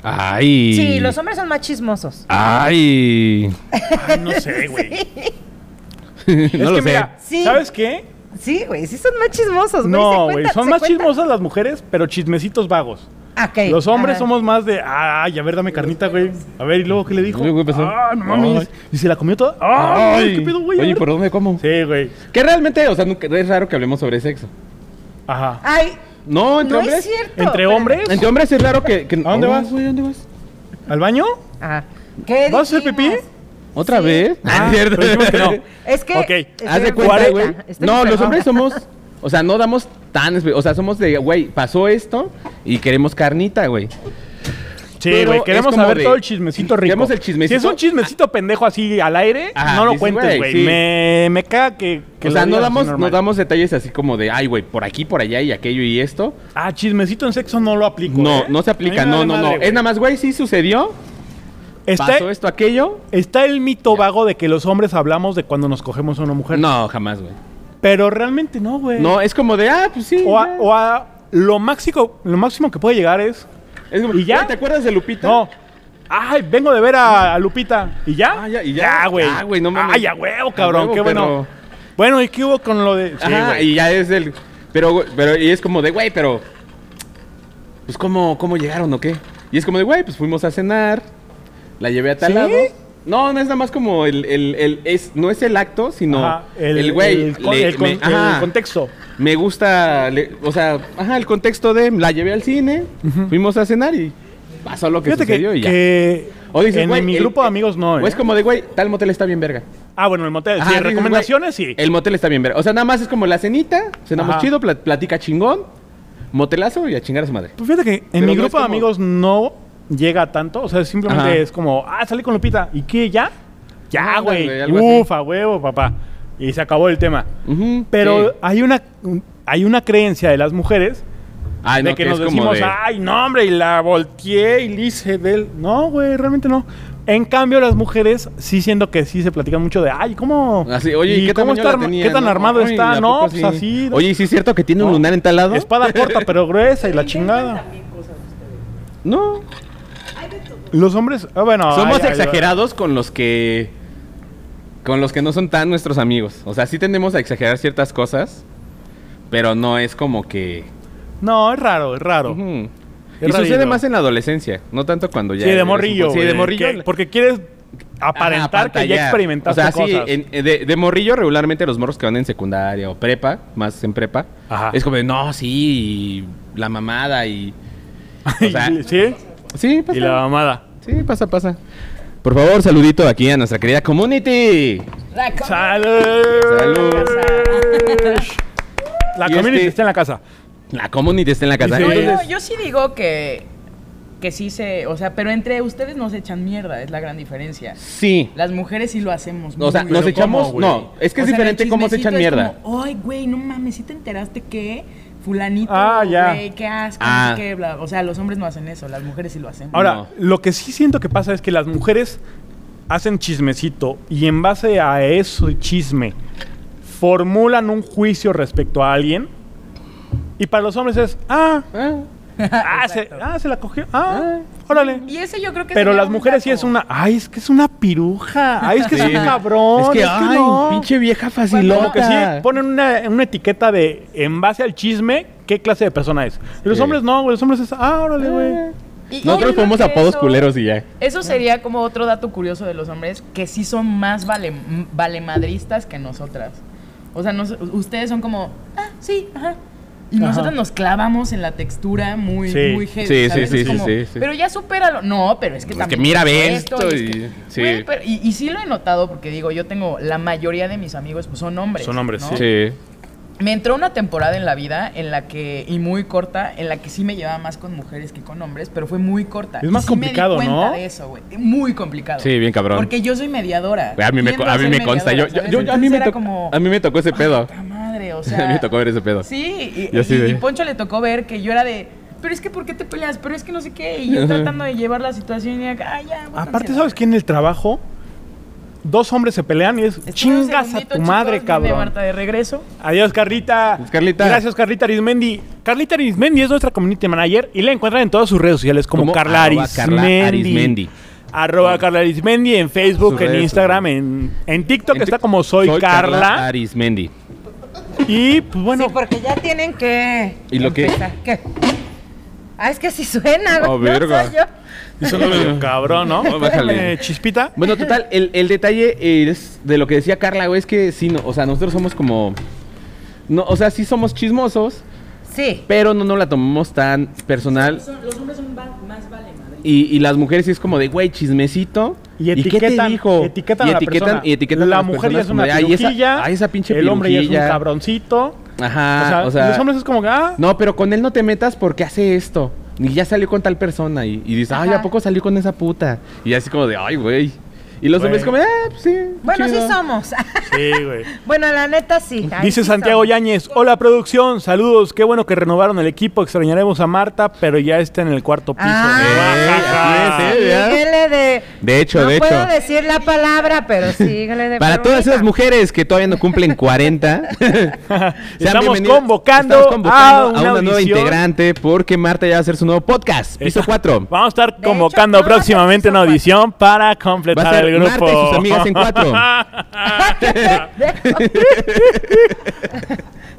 C: Ay.
D: Sí, los hombres son más chismosos.
C: Ay.
B: Ay, no sé, güey. Es que
C: no lo sé.
B: mira,
D: Sí.
B: ¿sabes qué?
D: Sí, güey, sí son más chismosos. güey, se
B: No, güey,
D: cuentan-
B: son
D: se
B: más
D: cuentan-
B: chismosas las mujeres, pero chismecitos vagos.
D: Ah, ok,
B: Los hombres
D: ajá.
B: somos más de, ay, a ver, dame carnita, güey. A ver, ¿y luego qué le dijo?
C: Luego, ¿qué pasó?
B: Ah, no mames.
C: Ay.
B: ¿Y se la comió toda? Ay, qué pedo, güey. A
C: Oye,
B: ver.
C: ¿por dónde como?
B: Sí, güey.
C: Que realmente, o sea, nunca- es raro que hablemos sobre sexo.
B: Ajá.
D: Ay,
C: No, entre
D: no es
C: hombres.
D: cierto.
B: ¿Entre
D: Espérame.
B: hombres?
C: Entre hombres es raro que. que-
B: ¿A dónde
C: Oh,
B: vas?
C: güey, ¿a ¿dónde vas?
B: ¿Al baño?
D: Ajá. Ah, ¿Qué
B: ¿Vas a hacer
D: dijimos?
B: pipí?
C: ¿Otra
D: Sí.
C: vez?
B: Ah, pero dijimos que no.
D: Es que.
B: Ok,
D: estoy
C: Haz de
D: enferma,
C: cuenta, güey.
D: estoy
C: No, los
D: enferma.
C: hombres somos. O sea, no damos tan. espe- O sea, somos de, güey, pasó esto y queremos carnita, güey.
B: Sí,
C: Pero
B: güey.
C: es
B: Queremos
C: como
B: saber
C: de-
B: todo el chismecito rico.
C: Queremos el chismecito.
B: Si es un chismecito pendejo así al aire,
C: Ajá,
B: no lo
C: dices,
B: cuentes,
C: güey,
B: güey.
C: sí.
B: Me, me caga que, que
C: o
B: lo
C: sea, no
B: digas así
C: damos, no
B: normal.
C: damos detalles así como de, ay, güey, por aquí, por allá y aquello y esto.
B: Ah, chismecito en sexo no lo aplico.
C: No,
B: ¿eh?
C: no se aplica,
B: A mí me
C: no,
B: vale
C: no, no.
B: madre, güey. Este
C: Es nada más, güey, sí sucedió.
B: Está,
C: Pasó esto, aquello.
B: está el mito vago de que los hombres hablamos de cuando nos cogemos a una mujer.
C: No, jamás, güey.
B: Pero realmente no, güey.
C: No, es como de, ah, pues sí.
B: O a,
C: ya.
B: o a- lo máximo, lo máximo que puede llegar es.
C: Es como,
B: ¿Y ya?
C: "Güey, ¿Te acuerdas de Lupita?
B: No. Ay, vengo de ver a, a Lupita. ¿Y ya?
C: Ah, ya, y ya.
B: güey.
C: Ah, güey, no mames.
B: Ay, a huevo, cabrón.
C: A huevo,
B: qué bueno.
C: perro.
B: Bueno, ¿y qué hubo con lo de.? Sí,
C: Ajá,
B: güey.
C: y ya es el. Pero, güey, pero y es como de, güey, pero. Pues, ¿cómo, ¿cómo llegaron o qué? Y es como de, güey, pues fuimos a cenar. La llevé a tal
B: ¿Sí?
C: lado. No, no es nada más como el. el, el- es, no es el acto, sino.
B: Ajá,
C: el güey.
B: el con-
C: le-
B: el con-
C: me-
B: el
C: ajá,
B: contexto.
C: me gusta. le- o sea, ajá, el contexto de. La llevé al cine, fuimos a cenar y pasó lo que
B: Fíjate
C: sucedió
B: que,
C: y ya.
B: que
C: o dices,
B: en
C: güey,
B: mi
C: el-
B: grupo de amigos no.
C: o
B: ¿eh?
C: es como de, güey, tal motel está bien verga.
B: Ah, bueno, el motel.
C: Ajá,
B: sí,
C: dices, güey,
B: recomendaciones sí.
C: El motel está bien, ver. O sea, nada más es como la cenita, cenamos
B: Ajá.
C: chido, pla- platica chingón, motelazo y a chingar a su madre.
B: Pues fíjate que en
C: Pero
B: mi
C: no
B: grupo
C: es
B: de
C: como-
B: amigos no llega tanto. O sea, simplemente
C: Ajá.
B: es como, ah, salí con Lupita. ¿Y qué? ¿Ya? Ya,
C: Ándale,
B: güey.
C: güey, algo así.
B: Ufa, huevo, papá. Y se acabó el tema.
C: Ujú,
B: Pero
C: sí.
B: hay una hay una creencia de las mujeres
C: Ay,
B: de
C: no,
B: que,
C: es
B: nos
C: como
B: decimos, "Ah,
C: de-
B: ay, no, hombre, y la volteé y le hice del. No, güey, realmente no. En cambio, las mujeres sí siento que sí se platican mucho de, ay, ¿cómo?
C: Así, oye,
B: ¿y
C: ¿qué,
B: cómo
C: tamaño
B: está
C: la
B: arma-
C: tenía?
B: ¿Qué tan
C: No,
B: armado
C: ay,
B: está?
C: ¿a
B: No,
C: poco
B: pues
C: sí?
B: así.
C: Oye, ¿y sí es cierto que tiene un
B: No.
C: lunar en tal lado?
B: Espada corta pero gruesa y la chingada.
C: No.
B: Los hombres, ah, bueno.
C: Somos
B: ay, ay,
C: exagerados con los que. Con los que no son tan nuestros amigos. O sea, sí tendemos a exagerar ciertas cosas, pero no es como que.
B: No, es raro, es raro.
C: Ujú.
B: Es
C: Y sucede
B: rarito.
C: más en la adolescencia, no tanto cuando ya.
B: sí, de
C: eres un-
B: morrillo.
C: Sí, de
B: güey,
C: morrillo.
B: que- porque quieres aparentar
C: Ajá,
B: que ya
C: pantallar.
B: experimentaste
C: O sea, sí,
B: cosas.
C: en- eh, de, de morrillo regularmente los morros que van en secundaria o prepa, más en prepa,
B: Ajá.
C: es como de, no, sí, y la mamada y... O sea, pues
B: sí,
C: sí, pasa.
B: y la mamada.
C: Sí, pasa, pasa. Por favor, saludito aquí a nuestra querida community.
B: ¡Salud!
C: Salud.
D: Ah,
C: Ah,
B: La
C: Y
B: community
C: este-
B: está en la casa.
C: La community está en la casa.
B: Sí.
E: No,
C: Entonces,
E: yo, yo sí digo que, que sí se. O sea, pero entre ustedes no se echan mierda, es la gran diferencia.
C: sí.
E: Las mujeres sí lo hacemos.
C: O sea,
E: muy
C: nos
E: bien.
C: echamos-
E: ¿Cómo,
C: no,
E: güey?
C: es que es
E: O sea, en el
C: diferente cómo se echan
E: chismecito es
C: mierda.
E: como, Ay, güey, no mames, si te enteraste que fulanito,
B: Ah, ya.
E: güey, qué asco,
C: Ah.
E: no sé qué, bla. O sea, los hombres no hacen eso, las mujeres sí lo hacen.
B: Ahora,
C: No.
B: lo que sí siento que pasa es que las mujeres hacen chismecito y en base a eso chisme formulan un juicio respecto a alguien. Y para los hombres es, ah,
C: Ah,
B: ah, se, ah, se la cogió, ah, órale.
E: Y ese yo creo que
B: Pero
E: sería
B: las
E: un
B: mujeres sí
E: dato.
B: es una, ay, es que es una piruja, ay, es que
C: sí.
B: es un cabrón.
C: Es que, ay,
B: no".
C: pinche vieja
B: Como que sí
C: facilota.
B: ponen una, una etiqueta de en base al chisme qué clase de persona es. Y los
C: Sí.
B: hombres no, güey, los hombres es, ah, órale, güey.
E: Y- y yo
C: Nosotros
E: creo
C: ponemos
E: que
C: apodos
E: eso-
C: culeros y ya.
E: Eso sería como otro dato curioso de los hombres, que sí son más vale, m- valemadristas que nosotras. O sea, nos- ustedes son como, ah, sí, ajá. Y
B: Ajá.
E: nosotras nos clavamos en la textura muy,
B: Sí.
E: muy heavy.
C: Sí, sí,
E: ¿sabes?
C: sí,
E: Es
C: sí, sí, sí.
E: Pero ya supéralo. No, pero es que
C: Es
E: también.
C: que mira, ve
E: pasó
C: esto
E: es
C: y-
E: que-
C: sí.
E: Güey, pero- y, y sí lo he notado porque digo, yo tengo la mayoría de mis amigos pues, son hombres.
B: Son hombres,
E: ¿no?
C: Sí.
E: Me entró una temporada en la vida en la que, y muy corta, en la que sí me llevaba más con mujeres que con hombres, pero fue muy corta.
B: Es
E: Y
B: más
E: sí
B: complicado,
E: me di cuenta
B: ¿no?
E: de eso, güey. Muy complicado.
C: Sí, bien cabrón.
E: Porque yo soy mediadora.
C: Güey, A mí me,
E: Tiendo
C: co- a mí
E: ser
C: me consta. Yo,
E: mediadora,
C: yo-
E: ¿sabes?
C: yo- a, mí
E: Entonces
C: me
E: era
C: tocó-
E: como,
C: a mí me tocó ese pedo.
E: "Puta madre, o
C: a
E: sea.
C: mí me tocó ver ese pedo.
E: Sí, y,
C: Yo así
E: y-
C: de-
E: y Poncho le tocó ver que yo era de. Pero es que, ¿por qué te peleas? Pero es que no sé qué. Y yo
C: Ajá.
E: tratando de llevar la situación y acá, "Ay, ya. aguanta,
B: Aparte,
E: ansiedad".
B: ¿sabes qué? En el trabajo, dos hombres se pelean y es
E: Espera un
B: chingas a
E: segundito,
B: tu madre,
E: chicos, viene
B: cabrón.
E: Marta de regreso.
B: Adiós, Carlita.
C: Pues, Carlita.
B: Gracias, Carlita Arismendi. Carlita Arismendi es nuestra community manager y la encuentran en todas sus redes sociales como,
C: Como
B: Carla
C: arroba Carla
B: Arismendi.
C: Arismendi.
B: Arroba Carla Arismendi en Facebook,
C: Sus
B: en
C: redes,
B: Instagram, en, en TikTok
C: En
B: está
C: tic-
B: como Soy, Carla.
C: Arismendi.
B: Y pues bueno,
D: Sí, porque ya tienen que.
C: ¿Y lo qué?
D: empezar. ¿Qué? Ah, es que si suena, güey.
C: Ah,
D: no
C: verga.
D: soy yo.
B: eso no medio cabrón, ¿no?
C: No, pues, bájale.
B: Eh, Chispita.
C: Bueno, total, el, el detalle es de lo que decía Carla, güey, es que sí, no, o sea, nosotros somos como. No, o sea, sí somos chismosos,
D: Sí.
C: pero no nos la tomamos tan personal.
E: los hombres son más vale madre.
C: Y, y las mujeres sí es como de, güey, chismecito.
B: Y
C: qué te
B: etiquetan,
C: dijo?
B: etiquetan
C: y
B: a la
C: etiquetan,
B: persona.
C: Y etiquetan a
B: la
C: las
B: mujer ya
C: personas
B: es
C: como
B: una
C: de, "Ay, esa-
B: pirujilla,
C: ay, esa pinche
B: el hombre ya es un
C: pirujilla".
B: cabroncito.
C: Ajá,
B: o sea, los hombres es como que, ah,
C: No, pero con él no te metas porque hace esto. Y ya salió con tal persona. Y, y dices, ay,
E: Ajá.
C: ¿a poco salió con esa puta? Y así como de, ay, güey. Y los
B: Güey.
C: hombres como, ah, pues sí.
D: Bueno,
C: chido".
D: sí somos.
B: Sí, güey.
D: bueno, la neta sí. Ay,
B: Dice
D: sí
B: Santiago
D: somos.
B: Yáñez, hola producción, saludos, qué bueno que renovaron el equipo, extrañaremos a Marta, pero ya está en el cuarto piso.
C: Ah.
B: Ey, así es, ¿eh?
C: Sí, ¿verdad?
D: Síguele de.
C: De hecho,
D: no
C: de
D: puedo
C: hecho.
D: decir la palabra, pero síguele de.
C: Para todas
D: perrunita.
C: esas mujeres que todavía no cumplen 40, sean
B: Estamos
C: bienvenidas-
B: convocando
C: estamos convocando
B: a
C: a
B: una
C: una, nueva
B: audición.
C: integrante porque Marta ya va a hacer su nuevo podcast, piso 4.
B: Vamos a estar
D: hecho,
B: convocando
D: no,
B: próximamente
D: ya
B: una
D: hizo
B: audición para
C: Va
B: completar
C: a ser
B: el grupo.
C: Marta y sus amigas en cuatro.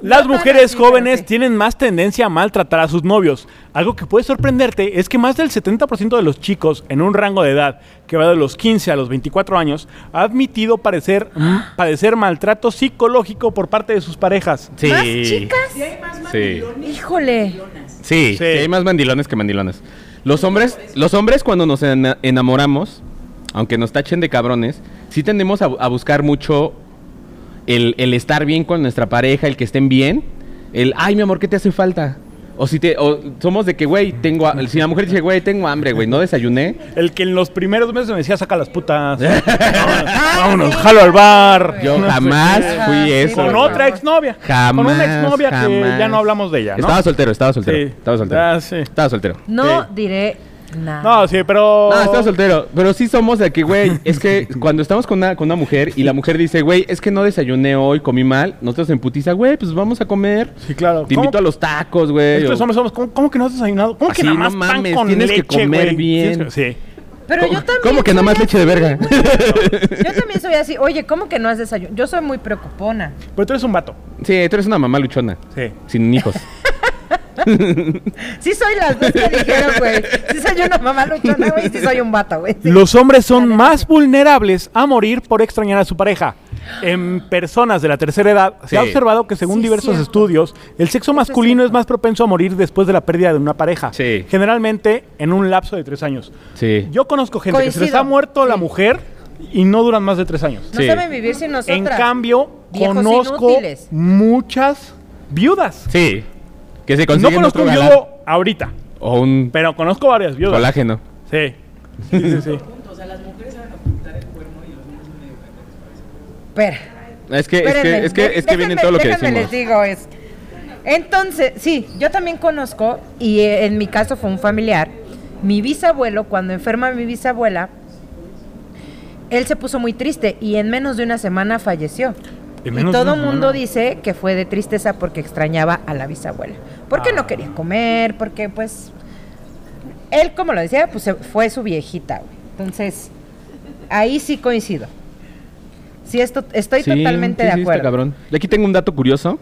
B: Las
D: No tan
B: mujeres
D: así, pero
B: jóvenes
D: sí.
B: tienen más tendencia a maltratar a sus novios. Algo que puede sorprenderte es que más del 70% de los chicos en un rango de edad que va de los 15 a los 24 años ha admitido parecer, padecer maltrato psicológico por parte de sus parejas.
C: Sí.
D: ¿Más chicas?
C: Sí.
D: Híjole.
C: Sí, sí, hay más mandilones que mandilones. Los hombres, los hombres cuando nos ena- enamoramos, aunque nos tachen de cabrones, sí tendemos a, bu- a buscar mucho el, el estar bien con nuestra pareja, el que estén bien, el, ay, mi amor, ¿qué te hace falta? O si te, o somos de que, güey, tengo, ha- si la mujer dice, güey, tengo hambre, güey, no desayuné.
B: El que en los primeros meses me decía, saca las putas.
D: Ah,
B: Vámonos,
D: sí.
B: jalo al bar.
C: Yo jamás
D: qué. Ah,
C: fui
D: sí,
C: eso.
B: Con
D: no,
C: güey.
D: otra
B: otra exnovia. Con una
C: Jamás,
B: exnovia que
C: jamás.
B: ya no hablamos de ella, ¿no?
C: Estaba soltero, estaba soltero,
B: Sí.
C: estaba soltero.
B: Ah, sí.
C: Estaba soltero.
D: No
B: Sí.
D: diré nada.
B: No, sí, pero...
C: No, Ah, estaba soltero. Pero sí somos de que, güey, es que cuando estamos con una, con una mujer y la mujer dice, güey, es que no desayuné hoy, comí mal, nosotros en putiza, güey, pues vamos a comer.
B: Sí, claro.
C: Te invito a los tacos, güey.
B: Estos
C: o-
B: hombres somos, ¿cómo, cómo que no has desayunado? ¿Cómo que
C: Así,
B: nada
C: no
B: más pan
C: mames,
B: con
C: tienes que
B: leche,
C: comer
B: güey?
C: bien.
B: Tienes que- Sí.
D: Pero
C: ¿Cómo-
D: yo también.
C: ¿Cómo que nada
D: soy
C: más leche de
D: así.
C: verga?
D: Yo también soy así. Oye, ¿cómo que no has desayunado? Yo soy muy preocupona.
B: Pero tú eres un vato.
C: sí, tú eres una mamá luchona.
B: Sí.
C: Sin hijos.
D: Sí soy las dos que dijeron, güey. Sí soy una mamá luchona, güey. y Sí soy un vato, güey. Sí.
B: Los hombres son más vulnerables a morir por extrañar a su pareja. En personas de la tercera edad se ha
C: Sí.
B: observado que según
D: Sí,
B: diversos
D: cierto.
B: estudios, el sexo masculino es,
D: cierto.
B: más propenso a morir después de la pérdida de una pareja.
C: Sí.
B: Generalmente en un lapso de tres años.
C: Sí.
B: Yo conozco gente que se les
D: Coincido.
B: ha muerto la mujer y no duran más de tres años.
D: No
C: Sí.
D: saben vivir sin nosotras.
B: En cambio,
D: Viejos
B: conozco
D: inútiles.
B: muchas viudas.
C: Sí. Que se
B: No
C: consiguen
B: conozco
C: otro
B: un
C: galán.
B: viudo ahorita,
C: O un
B: pero conozco varias viudas.
C: colágeno.
B: Sí. Sí, sí, sí.
D: Espera.
C: Es que, es que,
D: Espérenme,
C: es que, es que
D: déjenme-
C: viene todo lo que
D: déjenme
C: decimos.
D: les digo es. Entonces, sí, yo también conozco, y eh, en mi caso fue un familiar, mi bisabuelo, cuando enferma mi bisabuela, él se puso muy triste y en menos de una semana falleció.
B: En
D: Y
B: menos de
D: todo
B: una
D: mundo
B: semana.
D: dice que fue de tristeza porque extrañaba a la bisabuela. Porque
B: Ah.
D: no quería comer, porque pues... Él, como lo decía, pues se- fue su viejita, güey. Entonces, ahí sí coincido. Sí, esto, estoy
C: Sí,
D: totalmente
C: sí,
D: de
C: sí, está
D: acuerdo.
C: cabrón. Y aquí tengo un dato curioso.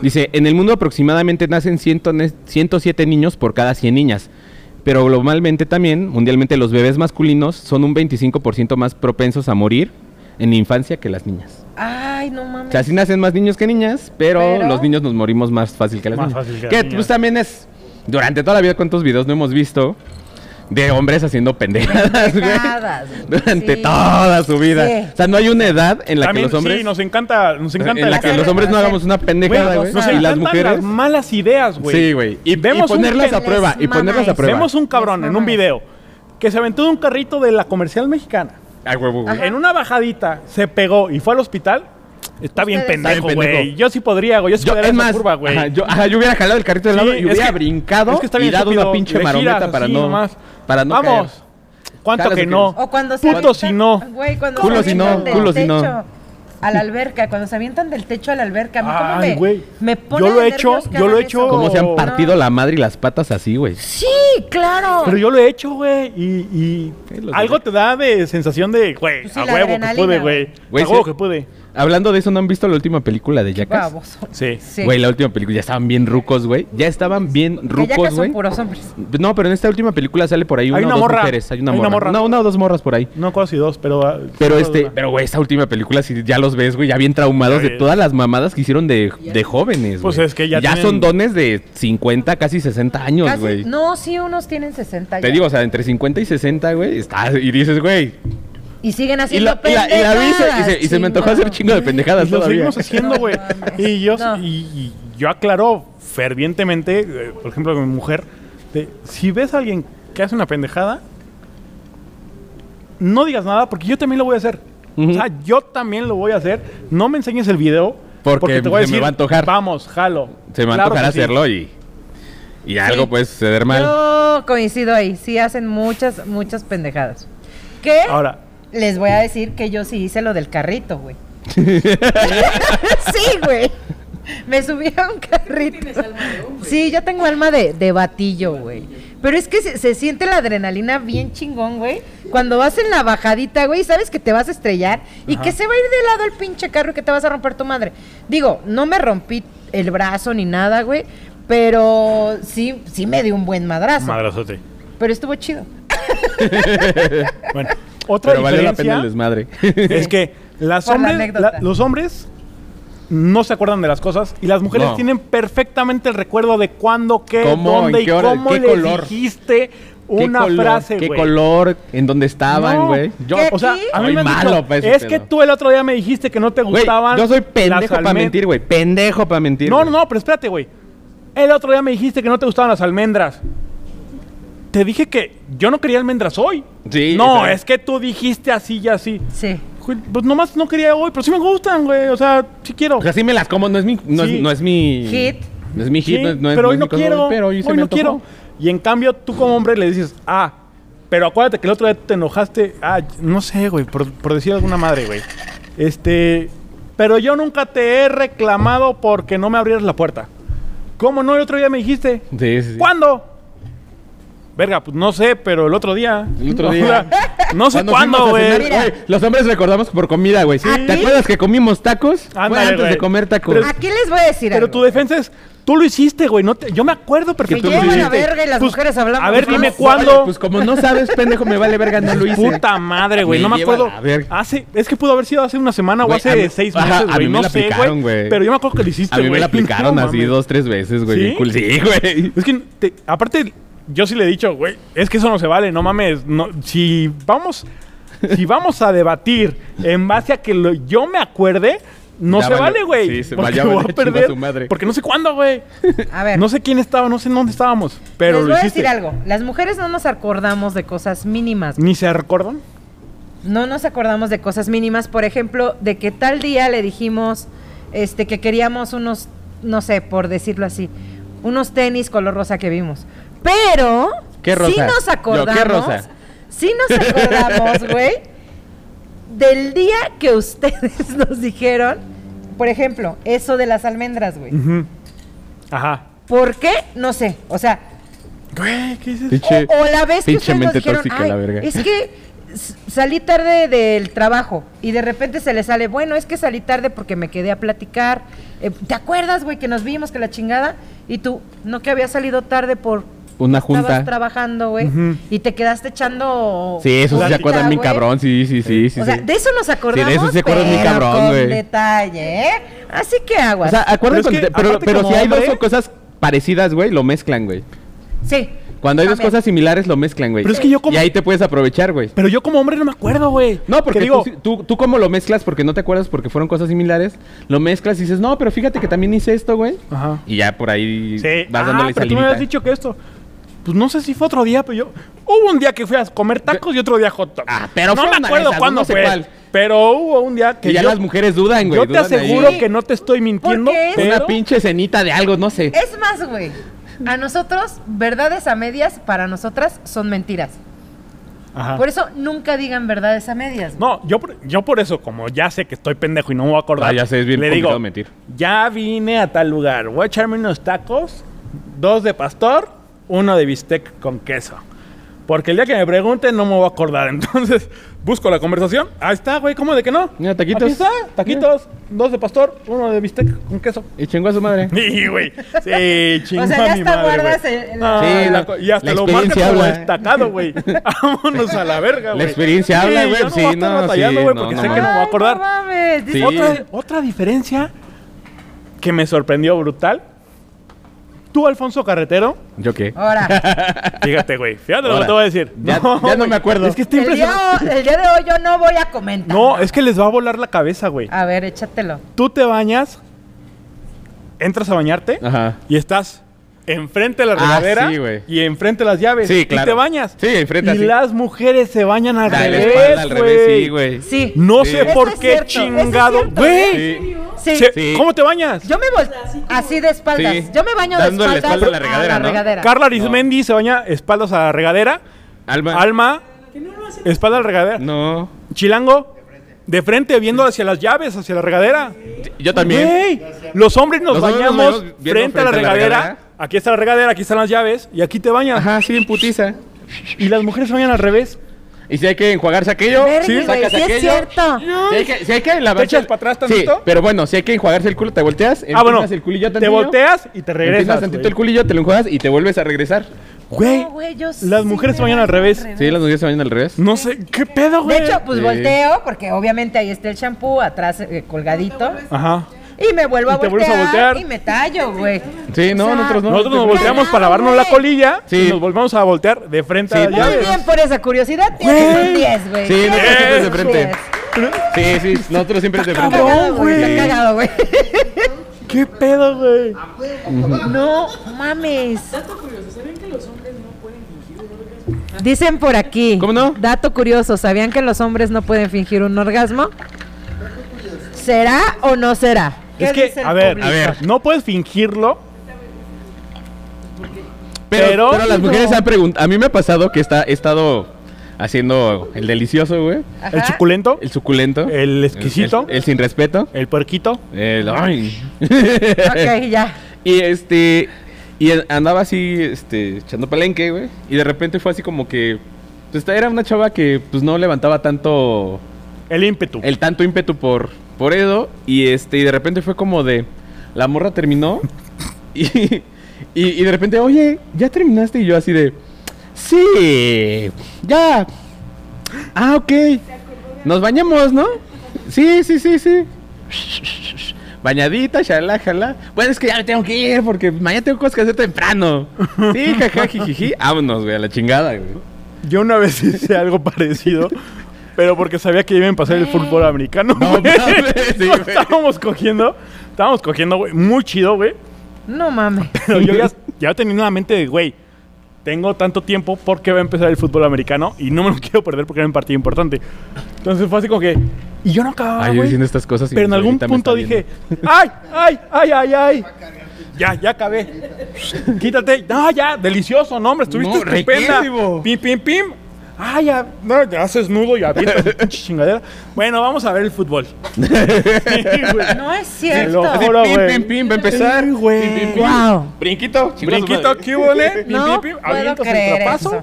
C: Dice, en el mundo aproximadamente nacen 100 ne- 107 niños por cada 100 niñas. Pero globalmente también, mundialmente, los bebés masculinos son un 25% más propensos a morir en la infancia que las niñas.
D: Ay, no mames.
C: O sea, sí nacen más niños que niñas, pero,
D: Pero-
C: los niños nos morimos más fácil que las
B: Más
C: niñas.
B: fácil que las
C: que
B: niñas.
C: pues también es, durante toda la vida, ¿cuántos videos no hemos visto de hombres haciendo pendejadas, güey?
D: Pendejadas, güey.
C: Durante
D: Sí.
C: toda su vida.
D: Sí.
C: O sea, no hay una edad en la
B: También,
C: que los hombres
B: Sí, nos encanta, nos encanta
C: en la
B: el-
C: que los hombres no hagamos una pendejada,
B: Güey,
C: güey.
B: nos
C: y las
B: encantan
C: mujeres.
B: las malas ideas, güey.
C: sí, güey. Y, y
B: vemos un
C: ponerlas a
B: pendejo.
C: prueba. Y
D: Les
C: ponerlas
D: mama
C: a prueba.
B: Vemos un cabrón
D: Les
B: en un
D: mama
B: video que se aventó de un carrito de la comercial mexicana.
C: A huevo, güey.
B: En una bajadita se pegó y fue al hospital. Está bien
D: Ustedes
B: pendejo,
C: saben.
B: güey.
C: Pendejo.
B: Yo sí podría, güey. Yo sí
C: Yo,
B: podría
C: es
B: hacer
C: más,
B: curva, güey.
C: ajá, yo, ajá, yo hubiera jalado el carrito del
B: Sí,
C: lado y
B: es
C: hubiera
B: que-
C: brincado
B: es que está
C: y
B: bien
C: dado
B: estúpido,
C: una pinche
B: le giras
C: marometa para
B: así
C: no,
B: nomás.
C: para no
B: Vamos.
C: caer.
B: ¿Cuánto
C: Jalas
B: que
C: o qué
B: no?
D: O cuando se
B: Puto
D: avientan-
B: si no.
D: Güey, cuando
C: Culo
D: se
C: si no,
D: avientan del
C: culo si no.
D: techo a la alberca, cuando se avientan del techo a la alberca, a mí como
B: Ay,
D: me-
B: güey.
D: me pone
B: Yo lo
D: de
B: he hecho,
D: nervios que
B: yo lo
D: hagan
B: he hecho.
D: eso.
C: Como se han
B: No.
C: partido la madre y las patas así, güey.
D: Sí, claro.
B: Pero yo lo he hecho, güey. Y, y
C: Sí, lo
B: algo
C: sé.
B: te da de sensación de, güey,
D: Pues sí,
B: a
D: la
B: huevo que
D: adrenalina.
B: pude, güey.
C: Güey,
B: A huevo
C: sí.
B: que pude.
C: Hablando de eso, ¿no han visto la última película de Jackass?
D: Baboso.
B: Sí.
D: Sí.
C: Güey, la última película. Ya estaban bien rucos, güey. Ya estaban bien
D: Que ya que
C: rucos,
D: son
C: güey.
D: puros hombres.
C: No, pero en esta última película sale por ahí una,
B: una
C: o dos
B: morra.
C: mujeres. Hay una
B: Hay una
C: morra.
B: morra.
C: No, una o dos morras por ahí.
B: No acuerdo si dos, pero. ah,
C: Pero
B: sí,
C: este,
B: una.
C: pero güey, esta última película si ya los ves, güey, ya bien traumados
B: Ya
C: de
B: ves.
C: todas las mamadas que hicieron de, de jóvenes,
B: Pues
C: güey.
B: es que ya tienen-
C: son dones de 50, casi 60 años,
D: Casi-
C: güey.
D: no, sí, unos tienen 60
C: Te
D: ya.
C: digo, o sea, entre 50 y 60, güey, está y dices, güey,
D: Y siguen
C: y
D: haciendo
C: la, y la- y la vi y se- y se, y se me antojó hacer
D: chingón
C: chingo de pendejadas
B: Y lo
C: todavía.
B: seguimos haciendo,
D: No,
B: güey.
D: mames.
B: y, yo,
D: No.
B: y, y yo aclaro fervientemente, eh, por ejemplo, con mi mujer, de, si ves a alguien que hace una pendejada, no digas nada porque yo también lo voy a hacer.
C: Ujú.
B: O sea, yo también lo voy a hacer. No me enseñes el video
C: Porque se me va a antojar.
B: Vamos, jalo.
C: Se me
B: Claro
C: antojará
B: que sí.
C: hacerlo y. Y algo puede suceder mal.
D: Yo coincido ahí, sí hacen muchas, muchas pendejadas. ¿Qué?
B: Ahora,
D: Les voy a decir que yo sí hice lo del carrito, güey. sí, güey. Me subí a un carrito. Sí, yo tengo alma de, de batillo, güey. Pero es que se, se siente la adrenalina bien chingón, güey. Cuando vas en la bajadita, güey, sabes que te vas a estrellar y que se va a ir de lado el pinche carro y que te vas a romper tu madre. Digo, no me rompí el brazo ni nada, güey. Pero sí, sí me dio un buen madrazo.
B: madrazote.
D: Pero estuvo chido.
B: Bueno, otra
C: Pero valió la pena el
B: diferencia
C: desmadre.
B: es que las
D: Por la
B: hombres,
D: anécdota.
B: la- los hombres no se acuerdan de las cosas y las mujeres
C: No.
B: tienen perfectamente el recuerdo de cuándo, qué,
C: ¿Cómo,
B: dónde
C: en
B: y
C: qué hora,
B: cómo
C: qué
B: le
C: color?
B: dijiste
C: ¿Qué
B: una
C: color,
B: frase,
C: ¿Qué
B: güey.
C: color? ¿En dónde estaban,
B: No,
C: güey? Yo,
D: ¿qué?
B: O sea,
D: aquí?
B: a mí
C: Soy
B: me han
C: malo
B: dicho,
C: pa' ese
B: es que
C: pedo".
B: tú el otro día me dijiste que no te
C: Güey,
B: gustaban.
C: yo soy
B: las
C: pendejo para
B: almen-
C: mentir, güey. Pendejo para mentir.
B: No, no,
C: güey.
B: no, pero espérate, güey. El otro día me dijiste que no te gustaban las almendras. Te dije que yo no quería almendras hoy.
C: Sí,
B: No,
C: exacto.
B: es que tú dijiste así y así.
D: Sí.
B: Güey, Pues nomás no quería hoy, pero sí me gustan, güey. O sea, sí quiero.
C: O sea, sí me las como, no es mi. No,
B: Sí.
C: es, no es mi.
D: Hit.
C: No es mi hit,
B: Sí,
C: no es, no es-
B: pero
C: no
B: hoy
C: es
B: no
C: mi cosa,
B: quiero.
C: pero
B: hoy
C: hoy se me
B: no
C: antojó.
B: quiero. Y en cambio, tú como hombre le dices, ah, pero acuérdate que el otro día te enojaste. Ah, no sé, güey, por, por decir alguna madre, güey. Este, pero yo nunca te he reclamado porque no me abrieras la puerta. ¿Cómo no? El otro día me dijiste.
C: Sí, sí, sí.
B: ¿Cuándo? Verga, pues no sé, pero el otro día.
C: El otro
B: O
C: día.
B: sea, no sé
C: Cuando
B: cuándo,
C: fuimos a
B: güey. ¿Ah,
C: cenar, güey, Los hombres recordamos por comida, güey. ¿Te
D: ¿Sí?
C: acuerdas que comimos tacos? Fue
B: Ándale,
C: antes
B: güey.
C: de comer tacos. Ah,
B: Pero-
D: Aquí les voy a decir
B: Pero
D: algo.
B: tu defensa es, tú lo hiciste, güey. No te- yo me acuerdo
D: Me
B: perfectamente.
D: lleva
B: lo
D: la
B: hiciste.
D: verga y las
B: Pues,
D: mujeres hablamos.
B: A ver,
D: más.
B: dime
C: No,
B: cuándo.
C: Pues como no sabes, pendejo, me vale verga, no lo hice.
B: Puta madre, güey.
C: Me
B: No me
C: lleva
B: acuerdo.
C: la verga.
B: Hace, es que pudo haber sido hace una semana
C: Güey,
B: o hace
C: a mí-
B: seis
C: ajá,
B: meses,
C: a
B: güey.
C: mí me
B: No
C: la
B: sé,
C: aplicaron,
B: güey.
C: güey.
B: Pero yo me acuerdo que lo hiciste,
C: A
B: güey.
C: mí me la aplicaron
B: No,
C: así
B: mames.
C: dos, tres veces, güey. bien
B: ¿Sí?
C: cool. Sí, güey.
B: Es que, te- aparte, yo sí le he dicho, güey, es que eso no se vale, no mames. No, si vamos si vamos a debatir en base a que lo- yo me acuerde, no
C: Ya
B: se
C: valió-
B: vale, güey.
C: sí, se-
B: porque
C: ya
B: voy
C: valió
B: a
C: chingo a
B: perder.
C: su madre.
B: Porque no sé cuándo, güey.
D: A ver.
B: No sé quién estaba, no sé en dónde estábamos. Pero
D: Les
B: lo
D: voy a
B: hiciste.
D: decir algo. Las mujeres no nos acordamos de cosas mínimas.
B: ¿Ni se recuerdan?
D: No nos acordamos de cosas mínimas. Por ejemplo, de que tal día le dijimos este, que queríamos unos, no sé, por decirlo así, unos tenis color rosa que vimos. Pero,
C: ¿Qué
D: sí
C: rosa? Yo,
D: nos
C: ¿qué
D: acordamos.
C: rosa?
D: Sí nos acordamos, güey, del día que ustedes nos dijeron, por ejemplo, eso de las almendras, güey.
B: Ujú. Ajá.
D: ¿Por qué? No sé. O sea,
B: Güey, ¿qué dices?
C: Pinche-
D: O, o la vez que
C: pinche
D: ustedes nos
C: mente
D: dijeron,
C: tóxica,
D: "Ay,
C: la verga.
D: es que s- salí tarde del trabajo y de repente se le sale, bueno, es que salí tarde porque me quedé a platicar. Eh, ¿Te acuerdas, güey, que nos vimos que la chingada? Y tú, no que había salido tarde por...
C: Una
D: Estabas
C: junta.
D: trabajando, güey,
B: Ujú.
D: y te quedaste echando...
C: Sí, eso sí se
B: Plática,
C: acuerdan bien
D: güey.
C: cabrón. Sí, sí, sí, sí.
D: o sea,
C: sí.
D: de eso nos acordamos,
C: eso se acuerdan
D: pero
C: bien cabrón,
D: con
C: güey.
D: detalle, ¿eh? Así que
C: O
D: aguas.
C: sea,
B: Pero
C: acuerdan
B: es
C: con-
B: que,
C: te- pero,
B: aparte,
C: pero
B: como
C: si hay
B: hombre-
C: dos cosas parecidas, güey, lo mezclan, güey.
D: sí.
C: Cuando hay dos
D: También.
C: cosas similares, lo mezclan, güey.
B: Pero es que yo como-
C: Y ahí te puedes aprovechar, güey.
B: Pero yo como hombre no me acuerdo, güey.
C: No, porque
B: Que digo,
C: tú, tú, tú como lo mezclas porque no te acuerdas porque fueron cosas similares, lo mezclas y dices, no, pero fíjate que también hice esto, güey.
B: Ajá.
C: Y ya por ahí
B: Sí.
C: vas
B: Ah,
C: dándole
B: pero tú me
C: salivita.
B: habías dicho que esto. Pues no sé si fue otro día, pero yo. Hubo un día que fui a comer tacos y otro día hot dogs.
C: Ah, pero
B: no
C: fue
B: me
C: una de
B: acuerdo
C: esas,
B: cuándo
C: no sé
B: fue.
C: cuál.
B: Pero hubo un día que
C: Y ya
B: yo,
C: las mujeres dudan, güey.
B: yo te
C: dudan ahí.
B: aseguro
D: Sí.
B: que no te estoy mintiendo.
D: Porque es-
B: pero- Eh.
C: Una pinche cenita de algo, no sé.
D: Es más, güey. A nosotros, verdades a medias para nosotras son mentiras.
B: Ajá.
D: Por eso nunca digan verdades a medias. güey.
B: No, yo por, yo por eso, como ya sé que estoy pendejo y no me voy a acordar.
C: Ah, ya sé, es bien
B: le
C: complicado
B: digo,
C: mentir.
B: Ya vine a tal lugar. Voy a echarme unos tacos, dos de pastor, uno de bistec con queso. Porque el día que me pregunten no me voy a acordar. Entonces, busco la conversación. Ahí está, güey, ¿cómo de que no?
C: Mira, taquitos.
B: Aquí está, taquitos, dos de pastor, uno de bistec con queso.
C: Y chingó a su madre.
B: Sí, güey. Sí, chingón.
D: O sea, ya hasta guardas el- el-
C: Sí, la-
B: Ah, y hasta
C: la
B: lo marca
C: experiencia
B: como
C: habla. ¿eh?
B: destacado, güey. Vámonos a la verga,
C: La
B: güey.
C: experiencia habla, güey.
B: yo no
C: Sí,
B: voy a estar
C: no,
B: batallando,
C: sí,
B: güey,
C: no,
B: porque
C: no
B: sé que no me
C: mames.
B: voy a
D: Ay,
B: acordar.
D: no mames.
C: Sí.
D: Dice-
B: Otra, otra diferencia que me sorprendió brutal. Tú, Alfonso Carretero,
C: ¿Yo qué?
D: Ahora,
B: fíjate, güey. Fíjate lo que
C: Ahora,
B: te voy a decir.
C: ya- ya no
B: güey,
C: me acuerdo.
B: Es que está
D: el día,
B: impresionante.
D: el día de hoy yo no voy a comentar.
B: No, es que les va a volar la cabeza, güey.
D: A ver, échatelo.
B: Tú te bañas, entras a bañarte
C: Ajá.
B: y estás. enfrente de la
C: Ah,
B: regadera
C: sí, güey.
B: y enfrente de las llaves.
C: Sí,
B: Y
C: claro.
B: te bañas.
C: Sí, enfrente,
B: Y
C: así.
B: las mujeres se bañan al
C: Da la
B: revés,
C: espalda al revés,
B: güey.
C: sí, güey.
D: Sí.
B: No
C: Sí.
B: sé
C: Eso
B: por
D: es
B: qué
D: cierto, eso es
B: chingado.
D: cierto, ¿eh?
B: Güey.
C: Sí.
D: Sí.
B: Se-
C: Sí.
B: ¿Cómo te bañas?
D: Yo me volteo así de espaldas.
C: Sí.
D: Yo me baño de
C: Dándole
D: espaldas
C: la espalda a la regadera, ¿no?
B: Carla Arismendi se baña espaldas a la regadera.
C: Alma.
B: Alma, espalda a la regadera.
C: No.
B: Chilango, de frente viendo hacia las llaves, hacia la regadera.
C: Yo también.
B: Güey, los hombres nos
C: Los hombres nos
B: bañamos
C: bañamos
B: frente, a
C: viendo
B: la
C: frente a la
B: regadera.
C: regadera.
B: Aquí está la regadera, aquí están las llaves y aquí te bañas.
C: Ajá, sí, en putiza.
B: Y las mujeres se bañan al revés.
C: Y si hay que enjuagarse aquello,
D: Verga,
C: sí,
D: güey,
C: sacas
D: sí es
C: aquello.
D: cierto.
C: Si hay que, si hay que lavarse-
B: echas para atrás tantito?
C: Sí, pero bueno, si hay que enjuagarse el culo, te volteas,
B: ah, bueno,
C: empinas el culillo
B: te
C: tantito,
B: volteas y te regresas.
C: empinas tantito
B: güey.
C: el culillo, te lo enjuagas y te vuelves a regresar.
B: Güey,
D: No, güey, yo
B: las
D: sí
B: mujeres se
D: me
B: bañan al
D: baño
B: revés.
C: Sí, las mujeres se bañan al revés.
B: No sé, ¿qué pedo,
D: De
B: güey?
D: hecho, pues
C: Sí.
D: volteo, porque obviamente ahí está el champú atrás eh, colgadito.
B: Ajá.
D: Y me vuelvo a
B: Y te vuelves
D: voltear,
B: a voltear.
D: y me tallo, güey.
C: Sí, no,
D: O sea,
C: nosotros no.
B: Nosotros nos volteamos
D: Carajo,
B: para lavarnos la
D: güey.
B: colilla
C: Sí.
B: y nos volvemos a voltear de frente a
C: Sí,
B: las
C: muy
D: Muy
B: llaves.
D: bien por esa curiosidad. Tienes
B: Güey.
D: un 10, güey.
C: Sí,
D: Tienes
C: nosotros
D: un
C: siempre de frente.
D: 10.
C: Sí, sí, nosotros siempre de
D: Está
C: frente.
D: cagado, güey.
B: güey.
D: Está cagado, güey.
B: ¿Qué pedo, güey?
D: No mames. Dicen por aquí.
C: ¿Cómo no?
D: Dato curioso. ¿Sabían que los hombres no pueden fingir un orgasmo? ¿Será o no será?
B: Es
D: ¿Qué
B: que,
D: dice el
B: a ver,
D: público?
B: a ver, no puedes fingirlo. Pero-
C: Pero, pero las mujeres han preguntado. A mí me ha pasado que está, he estado haciendo el delicioso, güey.
D: Ajá.
B: El suculento,
C: El suculento.
B: El exquisito.
C: El, el sin respeto.
B: el puerquito.
C: El. Ay.
D: Ok, ya.
C: Y este. Y en- andaba así, este, echando palenque, güey. Y de repente fue así como que. Pues esta era una chava que pues no levantaba tanto.
B: El ímpetu.
C: El tanto ímpetu por. por Edo. Y este. Y de repente fue como de. La morra terminó. y. Y, y de repente, oye, ¿ya terminaste? Y yo así de. Sí, ya. Ah, ok. Nos bañamos, ¿no? Sí, sí, sí, sí. Bañadita, shalá, jalá. Bueno, es que ya me tengo que ir porque mañana tengo cosas que hacer temprano. Sí, jaja, jijiji. Vámonos, güey, a la chingada, güey.
B: Yo una vez hice algo parecido, pero porque sabía que iban a pasar el fútbol americano.
C: No
B: güey.
C: mames, sí, güey.
B: estábamos cogiendo, estábamos cogiendo, güey, muy chido, güey.
D: No mames.
B: Pero yo ya, ya tenía en la mente de, güey, tengo tanto tiempo porque va a empezar el fútbol americano y no me lo quiero perder porque era un partido importante. Entonces fue así como que, y yo no acababa,
C: Ay, yo
B: Ah, güey.
C: diciendo estas cosas. y
B: Pero en
C: mi
B: algún
C: abuelita me
B: punto
C: está
B: dije, ¡ay, ay, ay, ay, ay! Ya, ya acabé. Quítate. No, ya, delicioso, no, hombre, estuviste
C: No,
B: estupenda.
C: riquísimo.
B: Pim, pim, pim. Ah, ya, no, te haces nudo y avientas tu pinche chingadera. Bueno, vamos a ver el fútbol. Sí, güey.
D: No es
B: lo
D: cierto.
B: juro.
C: viendo.
B: güey.
C: Pim, pim, pim, va a empezar.
B: Sí, güey.
C: Pim, pim, pim.
D: Wow.
C: Brinquito, chingazo,
B: Brinquito, eh.
C: madre.
B: ¿qué huele? Pim, pim,
D: No
B: pim.
D: puedo
B: Avientas
D: creer
B: el trapazo.
D: eso.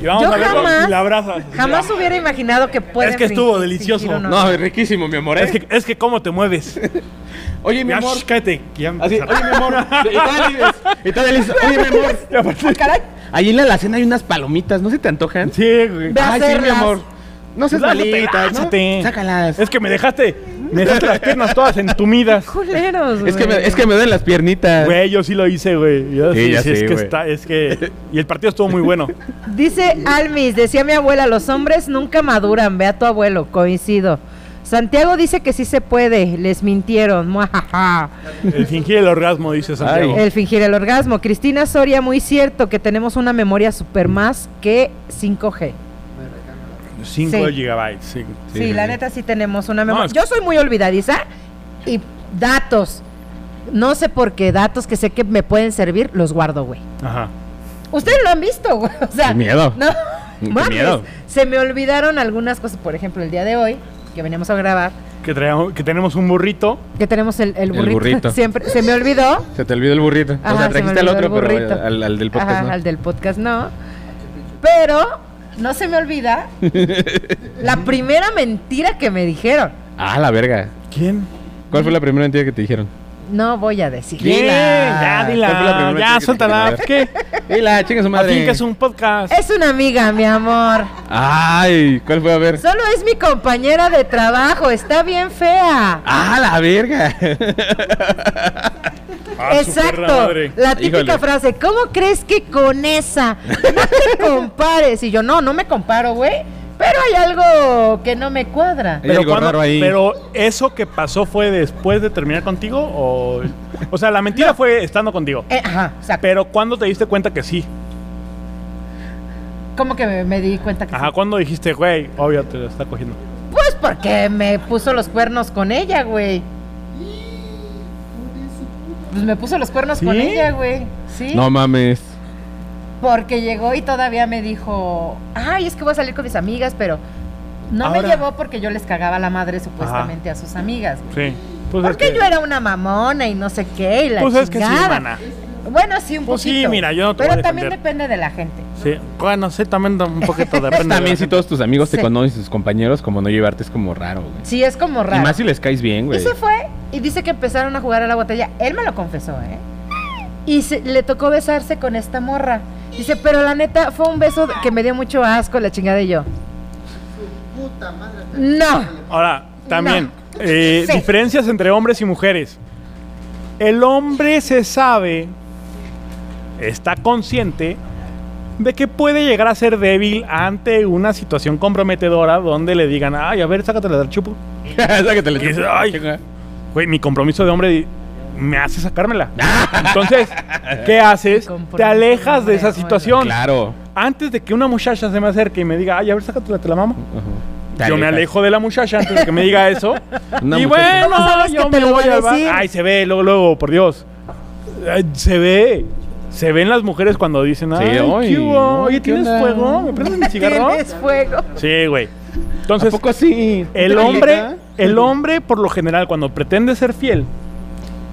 B: Y vamos
D: Yo
B: a verlo
D: jamás-
B: y la abrazas.
D: Jamás hubiera imaginado que puede.
B: Es que estuvo delicioso.
C: No, riquísimo, mi amor. ¿eh?
B: Es que, es que cómo te mueves.
C: Oye, mi
B: Ya,
C: amor.
B: shh, cállate. que ya
C: Así,
B: empezaron.
C: oye, mi amor. Y tal, y- y tal, y le dices, oye, mi amor. Ah,
B: Y aparte-
D: Caray,
C: Ahí en la alacena hay unas palomitas, ¿no se te antojan?
B: Sí, güey.
D: Ve a
C: Ay, sí, mi
D: hacerlas.
C: amor. No seas
B: Lánzate,
C: malita, ¿no?
B: lánzate.
C: Sácalas.
B: Es que me dejaste, me dejaste las piernas todas entumidas.
D: culeros.
C: Es que,
D: güey.
C: me, es que me duelen las piernitas.
B: Güey, yo sí lo hice, güey. Yo
C: Sí, ya
B: es
C: sé,
B: que
C: güey.
B: está, es que y el partido estuvo muy bueno.
D: Dice Almis, decía mi abuela, los hombres nunca maduran, ve a tu abuelo, coincido. Santiago dice que sí se puede, les mintieron, muajaja.
B: El fingir el orgasmo dice Santiago.
C: Ay.
D: El fingir el orgasmo. Cristina Soria, muy cierto que tenemos una memoria super más que 5G.
B: 5
D: Sí.
B: gigabytes. sí.
D: Sí, la neta sí tenemos una memoria.
B: es-
D: Yo soy muy olvidadiza y datos, no sé por qué, datos que sé que me pueden servir, los guardo, güey.
B: Ajá.
D: Ustedes lo han visto, güey. O sea,
C: Qué miedo.
D: No,
C: Qué
D: mames.
C: miedo.
D: Se me olvidaron algunas cosas. Por ejemplo, el día de hoy, que veníamos a grabar,
B: Que, traemos- que tenemos un burrito.
D: que tenemos el, el burrito.
C: burrito.
D: Siempre, se me olvidó.
C: Se te olvidó el burrito.
D: Ajá,
C: o sea,
D: se me
C: trajiste al
D: olvidó
C: otro,
D: el
C: pero
D: burrito.
C: al, al del podcast,
D: Ajá,
C: ¿no?
D: al del podcast no. Pero no se me olvida la primera mentira que me dijeron.
C: Ah, la verga.
B: ¿Quién?
C: ¿Cuál fue la primera mentira que te dijeron?
D: No voy a decir.
C: Dila.
B: ¿Quién? Ya,
C: ¿Cuál fue la
B: dila.
C: primera
B: Ya,
C: que te
B: suéltala.
C: dijeron?
B: ¿Qué?
C: Y la chinga su
B: Al
C: madre.
B: fin que es un podcast.
D: Es una amiga, mi amor.
C: Ay, ¿cuál fue? A ver.
D: Solo es mi compañera de trabajo. Está bien fea.
C: Ah, la verga.
B: Ah, su perra
D: Exacto.
B: madre.
D: La típica
C: Híjole.
D: frase, ¿cómo crees que con esa no te compares? Y yo, no, no me comparo, güey. Pero hay algo que no me cuadra.
B: Eh,
C: Hay algo raro ahí.
B: pero eso que pasó fue después de terminar contigo o... O sea, la mentira fue estando contigo.
D: Eh, ajá, exacto.
B: Pero ¿cuándo te diste cuenta que sí?
D: ¿Cómo que me, me di cuenta que
B: Ajá,
D: sí?
B: ¿cuándo dijiste, güey, obvio te lo está cogiendo?
D: Pues porque me puso los cuernos con ella, güey. Pues me puso los cuernos
B: ¿Sí?
D: con ella, güey. Sí.
C: No mames.
D: Porque llegó y todavía me dijo, ay, es que voy a salir con mis amigas, pero no me
B: Ahora-
D: llevó porque yo les cagaba la madre supuestamente a sus amigas. güey.
B: Sí. Pues es
D: porque
B: que-
D: yo era una mamona y no sé qué, y la
B: Pues es que sí,
D: chingada.
B: hermana.
D: Bueno, sí, un
B: Pues sí,
D: poquito.
B: mira, yo no te
D: Pero
B: voy a
D: también
B: defender.
D: depende de la gente.
B: Sí. Bueno, sí, también da un poquito depende de...
C: También si
B: sí
C: todos tus amigos te
D: Sí.
C: conocen y sus compañeros, como no llevarte es como raro, güey.
D: Sí, es como raro.
C: Y más si les caes bien,
D: Y
C: güey.
D: se fue y dice que empezaron a jugar a la botella. Él me lo confesó, ¿eh? Y se- le tocó besarse con esta morra. Dice, pero la neta fue un beso que me dio mucho asco, la chingada de yo. No.
B: Ahora, también,
D: No.
B: eh,
D: Sí.
B: diferencias entre hombres y mujeres. El hombre se sabe, está consciente de que puede llegar a ser débil ante una situación comprometedora donde le digan, ay, a ver, sácatela del chupo.
C: Sácatele.
B: Y dices, "Ay". Güey, mi compromiso de hombre me hace sacármela. Entonces, ¿qué haces?
E: Mi compromiso
B: Te alejas
E: de
B: de esa
E: hombre,
B: situación.
C: Claro.
B: Antes de que una muchacha se me acerque y me diga, ay, a ver, sácatela, te la mamo.
C: Te
B: Yo me
C: alejas.
B: alejo de la muchacha antes de que me diga eso.
C: Una
B: y
C: muchacha-
B: bueno,
D: ¿Cómo sabes
B: yo
D: que
B: me
D: te lo
B: voy
D: va a
B: al bar.
D: decir?
B: Ay, se ve, luego, luego, por Dios. Ay, se ve. Se ven las mujeres cuando dicen, ay,
C: oye,
B: ¿qué hubo?
C: oye,
B: Oye,
C: ¿qué
B: ¿tienes
C: onda?
B: fuego? ¿Me prendes mi cigarro?
D: Tienes fuego.
B: Sí, güey.
C: ¿A
B: Entonces,
C: poco sí?
B: el hombre, el hombre, por lo general, cuando pretende ser fiel,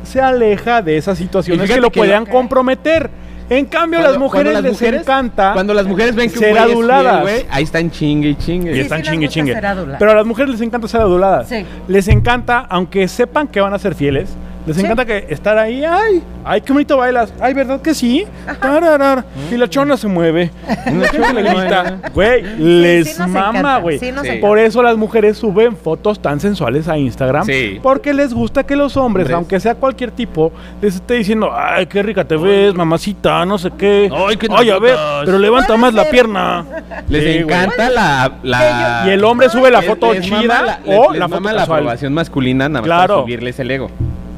B: se aleja de esas
C: Y
B: situaciones
C: fíjate
B: que lo
C: que-
B: puedan comprometer. En cambio,
C: Cuando-
B: las
C: cuando
B: mujeres
C: las
B: les
C: mujeres-
B: encanta.
C: Cuando las mujeres ven que
B: ser
C: un güey es fiel,
B: aduladas.
C: güey, ahí están chingue y chingue.
B: Y
D: Sí,
B: están
D: sí les
B: chingue
D: gusta
B: chingue.
D: ser aduladas.
B: Pero a las mujeres les encanta ser aduladas.
D: Sí.
B: Les encanta, aunque sepan que van a ser fieles, les
D: Sí.
B: encanta que estar ahí, ay, ay, qué bonito bailas, ay, ¿verdad que sí? Tararar. Y la chona se mueve.
C: Una
B: Mm. La chona le grita.
C: chingona.
B: Güey, les
D: sí nos
B: mama,
D: encanta,
B: güey.
D: sí nos
C: Sí. encanta.
B: Por eso las mujeres suben fotos tan sensuales a Instagram.
C: Sí.
B: Porque les gusta que los hombres,
C: Hombres.
B: aunque sea cualquier tipo, les esté diciendo, ay, qué rica te ves, mamacita, no sé qué.
C: Ay, qué
B: a ver,
C: nalgotas.
B: pero levanta
D: Puede
B: más la
D: ser.
B: pierna.
C: Les
B: Sí, güey.
C: encanta la, la-
B: Y el hombre sube la
C: Les-
B: foto
C: les mama
B: chida
C: la-
B: o
C: les-
B: la foto
C: les mama la
B: casual.
C: aprobación masculina nada más
B: Claro.
C: para subirles el ego.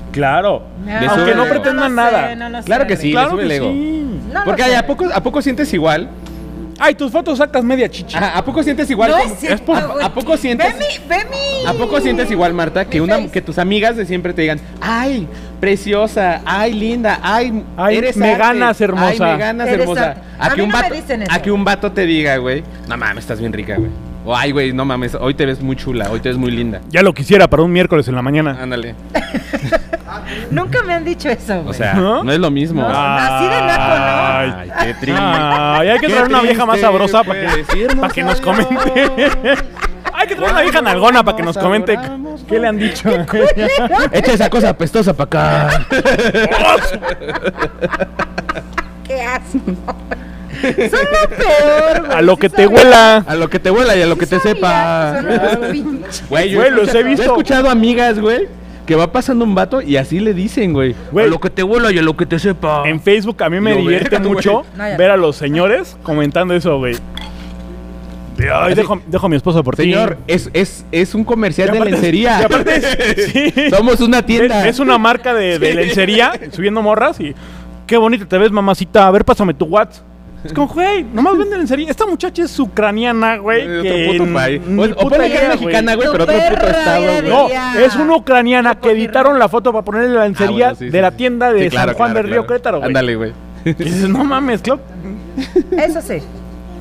B: Claro.
C: De
B: Aunque
C: sobre-
B: no
D: pretenda
B: pretendan nada.
C: Claro que sí.
B: claro
C: sube el
B: que
C: ego.
B: sí.
D: No lo
C: Porque
D: sé.
C: ay, ¿a, poco, ¿a poco sientes igual?
B: Ay, tus fotos sacas media chicha.
C: Ajá, ¿A poco sientes igual?
D: No
C: como-
D: es cierto,
C: ¿A-
D: güey.
C: ¿A poco sientes?
D: Ve mi, ve mi.
C: ¿A poco sientes igual, Marta, que,
D: Mi
C: una,
D: face.
C: que tus amigas de siempre te digan, ay, preciosa, ay, linda, ay,
B: Ay,
C: eres
B: me
C: arte,
B: ganas, hermosa"?
C: Ay, me ganas,
D: Eres
C: hermosa.
D: arte.
C: A,
D: A
C: que
D: mí
C: un
D: no me
C: vato,
D: dicen
C: a
D: eso.
C: que un vato te diga, güey, no mames, estás bien rica, güey. O ay, güey, no mames, hoy te ves muy chula, hoy te ves muy linda.
B: Ya lo quisiera para un miércoles en la mañana.
C: Ándale.
D: Nunca me han dicho eso, güey.
C: O sea,
B: ¿No?
C: no, es lo mismo.
D: No. así de naco,
B: Ay,
C: Ay, qué triste.
B: Ay, hay que
C: Qué
B: traer una vieja más
C: triste
B: sabrosa para
C: fue
B: que,
C: decirnos
B: para que nos
C: adiós.
B: comente. hay que traer una vieja nalgona para que nos comente
C: adoramos,
B: qué le han dicho.
C: Echa esa cosa apestosa para acá.
D: Qué asco. Son lo peor, güey.
B: A lo
D: Sí
B: que
D: son-
B: te huela.
C: A lo que te vuela y a lo que te
D: son
C: sepa.
D: viajes, son unos pinches.
C: Güey,
B: Güey, los
C: escuchado-
B: he visto.
C: Yo he escuchado amigas, güey, que va pasando un vato y así le dicen, güey.
B: Güey.
C: A lo que te vuela y a lo que te sepa.
B: En Facebook a mí me
C: No,
B: divierte
C: verga, Ah. güey.
B: mucho
D: No, ya.
B: ver a los señores comentando eso, güey. De, Ay, dejo, dejo a mi esposa por ti.
C: Señor, es, es, es un comercial de
B: aparte-
C: lencería.
B: y aparte- sí.
C: Somos una tienda.
B: Es, es una marca de, de lencería subiendo morras y qué bonita te ves, mamacita. A ver, pásame tu WhatsApp. Es como, güey, nomás vende lencería. Esta muchacha es ucraniana, güey.
C: De otro
B: que
C: puto
B: n-
C: país.
B: ni
C: O- o
B: puta
C: puede que
B: idea,
C: es
B: güey.
C: mexicana, güey,
D: Tu
C: pero otro puto
D: perra
C: estado,
D: era de- Ah,
C: güey.
B: No,
D: Ya.
B: es una ucraniana que
D: Porque-
B: editaron la foto para ponerle la
C: Ah, bueno,
B: lencería
C: sí, sí,
B: de la
C: sí.
B: tienda de
C: Sí, claro,
B: San Juan
C: claro,
B: del Río
C: claro.
B: Querétaro, güey.
C: Ándale, güey.
B: Y dices, no mames, Clau.
D: Eso sí.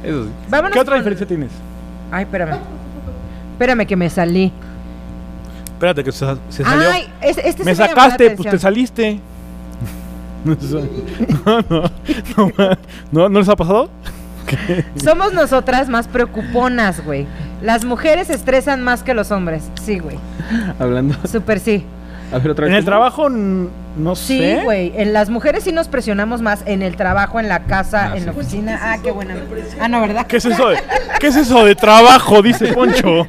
C: Eso sí.
D: Vámonos
B: ¿Qué otra
D: con-
B: diferencia tienes?
D: Ay, espérame. Espérame que me salí.
B: Espérate, que se, se salió.
D: Ay, es- este
B: Me
D: sí llamó la
B: sacaste, pues
D: atención.
B: te saliste. No, no, no, no, ¿no les ha pasado?
D: Somos nosotras más preocuponas, güey. Las mujeres se estresan más que los hombres. Sí, güey.
C: Hablando.
D: Súper sí.
C: A ver, otra vez.
B: En el
C: ¿cómo?
B: trabajo, n- no
D: Sí,
B: sé.
D: güey. En las mujeres sí nos presionamos más en el trabajo, en la casa, en la oficina. Ah, qué buena. Ah, no, ¿verdad?
B: ¿Qué es eso de, ¿qué es eso de trabajo? Dice Poncho.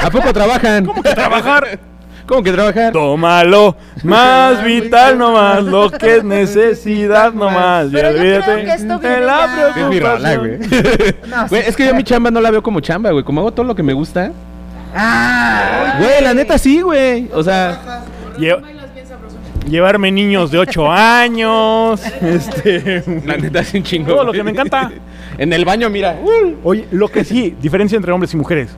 C: ¿A poco trabajan?
B: ¿Cómo que trabajar?
C: ¿Cómo que trabajar?
B: Tómalo, más vital nomás, lo que es necesidad nomás.
D: Pero yo creo que esto viene ya-
C: Sí, es mi rola, güey. Güey,
D: No, Ah, sí,
C: es que yo mi
D: espérate.
C: chamba no la veo como chamba, güey. Como hago todo lo que me gusta.
D: Ah,
C: Güey, la neta sí, güey. O sea,
B: Lle- Llevarme niños de 8 años, este...
C: la neta sí un chingo.
B: Todo lo que
C: güey.
B: me encanta. Uh,
C: en el baño, mira.
B: Oye, lo que sí, diferencia entre hombres y mujeres.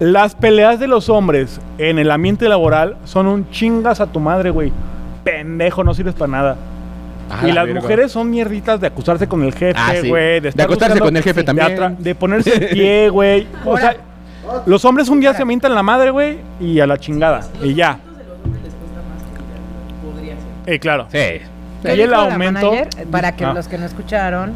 B: Las peleas de los hombres en el ambiente laboral son un chingas a tu madre, güey. Pendejo, no sirves para nada.
C: Ah,
B: y
C: la
B: las
C: verga.
B: mujeres son mierditas de acusarse con el jefe,
C: Ah, sí.
B: güey.
C: De
B: estar
C: acostarse con el jefe
B: de
C: también.
B: atra- De, ponerse en pie, güey. O sea, los hombres un día se mientan la madre, güey, y a la chingada. Y ya. Eh, claro.
C: Sí.
D: ¿qué
B: Y el
D: dijo la
B: aumento-
D: manager? Para que
B: Ah.
D: los que no escucharon.